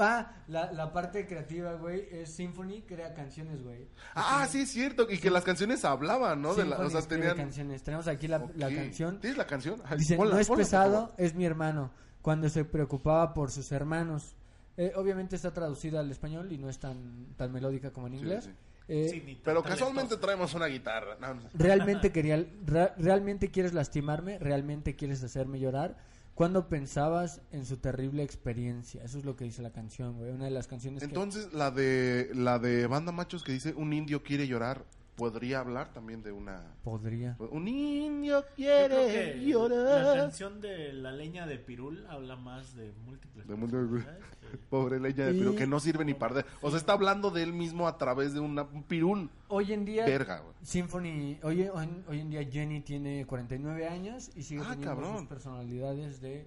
Speaker 1: ah, la, la parte creativa, güey, es Symphony crea canciones, güey.
Speaker 2: Ah, sí, es cierto. Y que las canciones hablaban, ¿no? De la- o
Speaker 1: Symphony
Speaker 2: sea,
Speaker 1: escribe
Speaker 2: tenían...
Speaker 1: canciones. Tenemos aquí la, la
Speaker 2: Ok.
Speaker 1: canción.
Speaker 2: ¿Tienes la canción? Ay,
Speaker 1: Dice,
Speaker 2: ponla,
Speaker 1: no es
Speaker 2: ponla, por favor.
Speaker 1: pesado, es mi hermano. Cuando se preocupaba por sus hermanos. Eh, obviamente está traducida al español y no es tan, tan melódica como en
Speaker 2: Sí,
Speaker 1: inglés.
Speaker 2: sí.
Speaker 1: Eh,
Speaker 3: Sí, ni tan
Speaker 2: Pero
Speaker 3: talentoso.
Speaker 2: casualmente traemos una guitarra. No, no.
Speaker 1: Realmente quería, ra- realmente quieres lastimarme, realmente quieres hacerme llorar. Cuando pensabas en su terrible experiencia, eso es lo que dice la canción, güey. Una de las canciones que-
Speaker 2: Entonces, la de la de Banda Machos que dice un indio quiere llorar, podría hablar también de una
Speaker 1: podría.
Speaker 2: un indio
Speaker 3: Yo creo
Speaker 2: quiere
Speaker 3: que La
Speaker 2: llorar.
Speaker 3: canción de La leña de Pirul habla más de múltiples.
Speaker 2: De múltiples-
Speaker 3: personalidades que-
Speaker 2: Pobre leña de
Speaker 1: Y-
Speaker 2: pirul que no sirve ni para de- O sea, está hablando de él mismo a través de una, un pirul.
Speaker 1: Hoy en día,
Speaker 2: Verga, güey.
Speaker 1: Symphony, hoy, hoy, hoy en día Jenny tiene 49 años y sigue
Speaker 2: Ah,
Speaker 1: teniendo
Speaker 2: cabrón.
Speaker 1: sus personalidades de eh,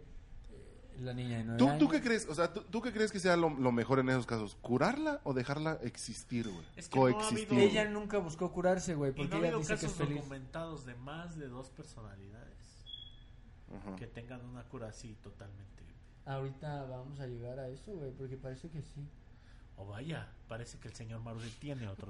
Speaker 1: la niña de 9
Speaker 2: ¿Tú,
Speaker 1: años.
Speaker 2: ¿Tú qué crees? O sea, ¿tú, tú qué crees que sea lo, lo mejor en esos casos? ¿Curarla o dejarla existir, güey?
Speaker 3: Es que no ha
Speaker 2: Coexistir.
Speaker 3: habido-
Speaker 2: güey.
Speaker 1: Ella nunca buscó curarse, güey,
Speaker 3: Y
Speaker 1: porque
Speaker 3: no ha
Speaker 1: ella
Speaker 3: habido
Speaker 1: dice que es
Speaker 3: casos
Speaker 1: feliz.
Speaker 3: documentados de más de dos personalidades
Speaker 2: Ajá.
Speaker 3: que tengan una cura así totalmente.
Speaker 1: Ahorita vamos a llegar a eso, güey, porque parece que sí.
Speaker 3: O vaya, parece que el señor Maruri tiene otro.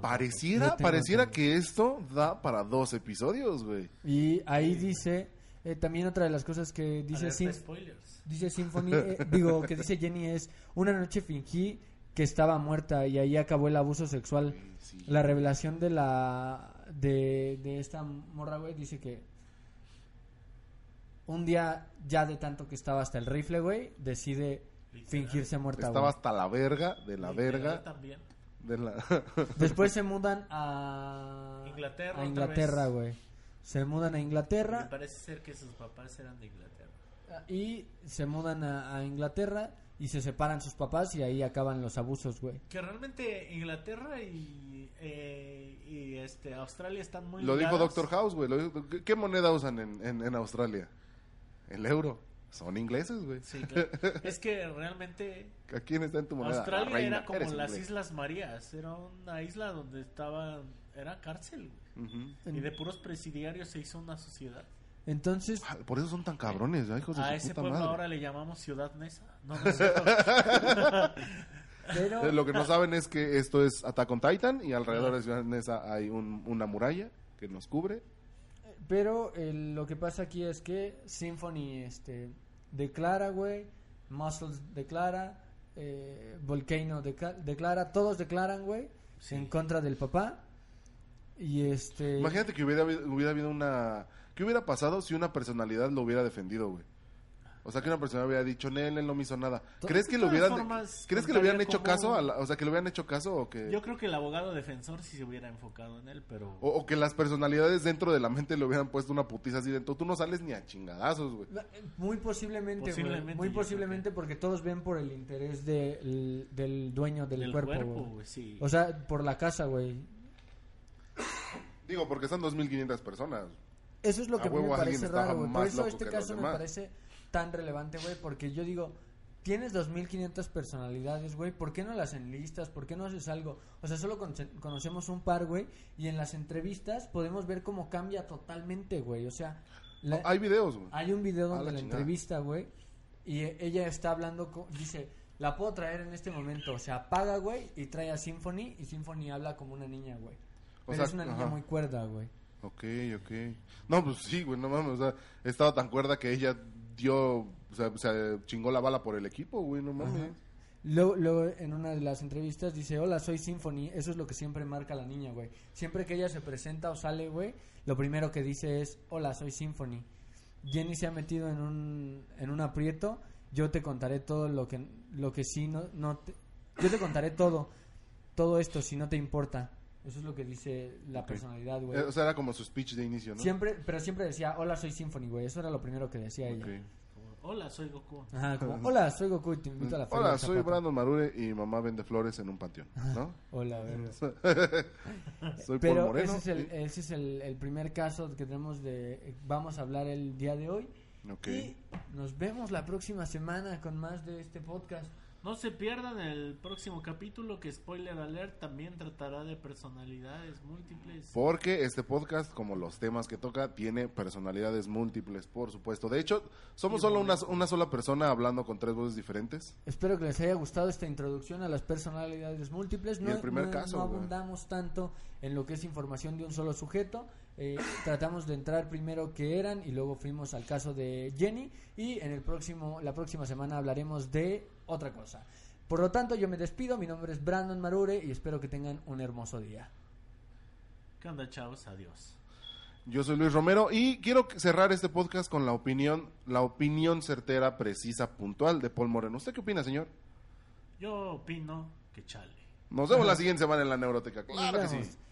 Speaker 1: Yo
Speaker 2: Pareciera,
Speaker 1: tengo
Speaker 2: pareciera
Speaker 1: también.
Speaker 2: que esto da para dos episodios, güey.
Speaker 1: Y ahí dice, eh, también otra de las cosas que
Speaker 3: dato.
Speaker 1: dice,
Speaker 3: Alerta
Speaker 1: Sym-
Speaker 3: spoilers.
Speaker 1: dice Symphony, eh, digo, que dice Jenny es, una noche fingí que estaba muerta y ahí acabó el abuso sexual.
Speaker 2: Sí.
Speaker 1: La revelación de la de, de esta morra, güey, dice que un día ya de tanto que estaba hasta el rifle, güey, decide
Speaker 3: Literal.
Speaker 1: fingirse muerta.
Speaker 2: Estaba
Speaker 1: güey.
Speaker 2: hasta la verga, de la
Speaker 3: Literal
Speaker 2: verga,
Speaker 3: También.
Speaker 2: de la...
Speaker 1: Después se mudan a
Speaker 3: Inglaterra
Speaker 1: a
Speaker 3: otra
Speaker 1: Inglaterra,
Speaker 3: vez.
Speaker 1: güey. se mudan a Inglaterra.
Speaker 3: Me parece ser que sus papás eran de Inglaterra.
Speaker 1: Y se mudan a, a Inglaterra y se separan sus papás y ahí acaban los abusos, güey.
Speaker 3: Que realmente Inglaterra y, eh, y este Australia están muy
Speaker 2: Lo dijo
Speaker 3: ligadas.
Speaker 2: Doctor House, güey. lo dijo- ¿Qué- ¿Qué moneda usan en, en- en Australia? El euro. Son ingleses, güey.
Speaker 3: Sí, claro. es que realmente
Speaker 2: ¿A quién está en tu moneda?
Speaker 3: Australia
Speaker 2: La reina.
Speaker 3: era como
Speaker 2: Eres
Speaker 3: las
Speaker 2: inglés.
Speaker 3: Islas Marías, era una isla donde estaba era cárcel güey.
Speaker 2: Ujú.
Speaker 3: y de puros presidiarios se hizo una sociedad.
Speaker 1: Entonces,
Speaker 2: Ah, Por eso son tan cabrones, ya, hijos de
Speaker 3: A
Speaker 2: su
Speaker 3: ese
Speaker 2: puta
Speaker 3: pueblo
Speaker 2: madre.
Speaker 3: ahora le llamamos Ciudad Nesa. No, no es cierto.
Speaker 1: pero...
Speaker 2: Entonces, Lo que no saben es que esto es Attack on Titan y alrededor de Ciudad Nesa hay un- una muralla que nos cubre.
Speaker 1: Pero eh, lo que pasa aquí es que Symphony este, declara, güey, Muscles declara, eh, Volcano deca- declara, todos declaran, güey,
Speaker 3: Sí.
Speaker 1: en contra del papá. Y este...
Speaker 2: Imagínate que hubiera, habido- hubiera habido una... ¿Qué hubiera pasado si una personalidad lo hubiera defendido, güey? O sea, que una persona hubiera dicho, Nel, él no me hizo nada. ¿Crees que
Speaker 3: de
Speaker 2: le
Speaker 3: todas
Speaker 2: hubieran,
Speaker 3: formas,
Speaker 2: ¿crees que le hubieran
Speaker 3: contaría
Speaker 2: hecho
Speaker 3: como-
Speaker 2: caso? a la- o sea, que le hubieran hecho caso o que...
Speaker 3: Yo creo que el abogado defensor sí se hubiera enfocado en él, pero
Speaker 2: O, o que las personalidades dentro de la mente le hubieran puesto una putiza así dentro. Tú no sales ni a chingadazos, güey.
Speaker 1: eh, Muy posiblemente, güey,
Speaker 3: Posiblemente,
Speaker 1: muy
Speaker 3: yo creo
Speaker 1: posiblemente porque todos ven por el interés del, del dueño del,
Speaker 3: del
Speaker 1: cuerpo,
Speaker 3: cuerpo,
Speaker 1: güey.
Speaker 3: güey, sí.
Speaker 1: O sea, por la casa, güey.
Speaker 2: Digo, porque están 2.500 personas.
Speaker 1: Eso es lo
Speaker 2: A
Speaker 1: que a mí
Speaker 2: huevo
Speaker 1: me
Speaker 2: alguien
Speaker 1: parece
Speaker 2: estaba
Speaker 1: raro, güey. Por
Speaker 2: más
Speaker 1: eso
Speaker 2: loco
Speaker 1: este
Speaker 2: que los
Speaker 1: caso me
Speaker 2: demás.
Speaker 1: parece tan relevante, güey, porque yo digo, tienes 2500 personalidades, güey, ¿por qué no las enlistas? ¿Por qué no haces algo? O sea, solo conoce- conocemos un par, güey, y en las entrevistas podemos ver cómo cambia totalmente, güey. O sea, la-
Speaker 2: Hay videos, güey.
Speaker 1: hay un video
Speaker 2: A
Speaker 1: donde
Speaker 2: la
Speaker 1: la,
Speaker 2: chingada.
Speaker 1: entrevista, güey, y eh, ella está hablando, co- dice, la puedo traer en este momento. Se apaga, güey, y trae a Symphony, y Symphony habla como una niña, güey.
Speaker 2: O
Speaker 1: Pero
Speaker 2: sea,
Speaker 1: es una niña
Speaker 2: ajá.
Speaker 1: muy cuerda, güey.
Speaker 2: Ok, ok. No, pues sí, güey, no mames. O sea, estaba tan cuerda que ella dio, o sea, o sea, chingó la bala por el equipo, güey, no mames.
Speaker 1: Ajá. Luego, luego, en una de las entrevistas dice, hola, soy Symphony, eso es lo que siempre marca la niña, güey. Siempre que ella se presenta o sale, güey, lo primero que dice es, hola, soy Symphony. Jenny se ha metido en un, en un aprieto, yo te contaré todo lo que, lo que sí, no, no te- yo te contaré todo, todo esto si no te importa. Eso es lo que dice la personalidad, güey.
Speaker 2: Eh, O sea, era como su speech de inicio, ¿no?
Speaker 1: Siempre, pero siempre decía, hola, soy Symphony, güey, eso era lo primero que decía ella.
Speaker 2: Ok.
Speaker 3: Como, Hola, soy Goku.
Speaker 1: Ajá, como, hola, soy Goku, y te invito a la feria
Speaker 2: Hola,
Speaker 1: del
Speaker 2: soy
Speaker 1: zapato".
Speaker 2: Brandon Marure y mamá vende flores en un panteón, ¿no?
Speaker 1: Hola, verga.
Speaker 2: Soy Paul
Speaker 1: Pero
Speaker 2: Moreno.
Speaker 1: ese es, el, ese es el, el primer caso que tenemos de... Vamos a hablar el día de hoy.
Speaker 2: Ok.
Speaker 1: Y nos vemos la próxima semana con más de este podcast.
Speaker 3: No se pierdan el próximo capítulo que spoiler alert también tratará de personalidades múltiples.
Speaker 2: Porque este podcast, como los temas que toca, tiene personalidades múltiples, por supuesto. De hecho, somos solo una, una sola persona hablando con tres voces diferentes.
Speaker 1: Espero que les haya gustado esta introducción a las personalidades múltiples.
Speaker 2: Y el primer
Speaker 1: no,
Speaker 2: caso,
Speaker 1: no
Speaker 2: güey.
Speaker 1: abundamos tanto en lo que es información de un solo sujeto. Eh, tratamos de entrar primero que eran y luego fuimos al caso de Jenny. Y en el próximo, la próxima semana hablaremos de otra cosa. Por lo tanto, yo me despido. Mi nombre es Brandon Marure y espero que tengan un hermoso día.
Speaker 3: ¿Qué onda, chavos? Adiós.
Speaker 2: Yo soy Luis Romero y quiero cerrar este podcast con la opinión, la opinión certera, precisa, puntual de Paul Moreno. ¿Usted qué opina, señor?
Speaker 3: Yo opino que chale.
Speaker 2: Nos vemos la siguiente semana en la Neuroteca. Claro
Speaker 1: Nos
Speaker 2: que sí.
Speaker 1: vemos.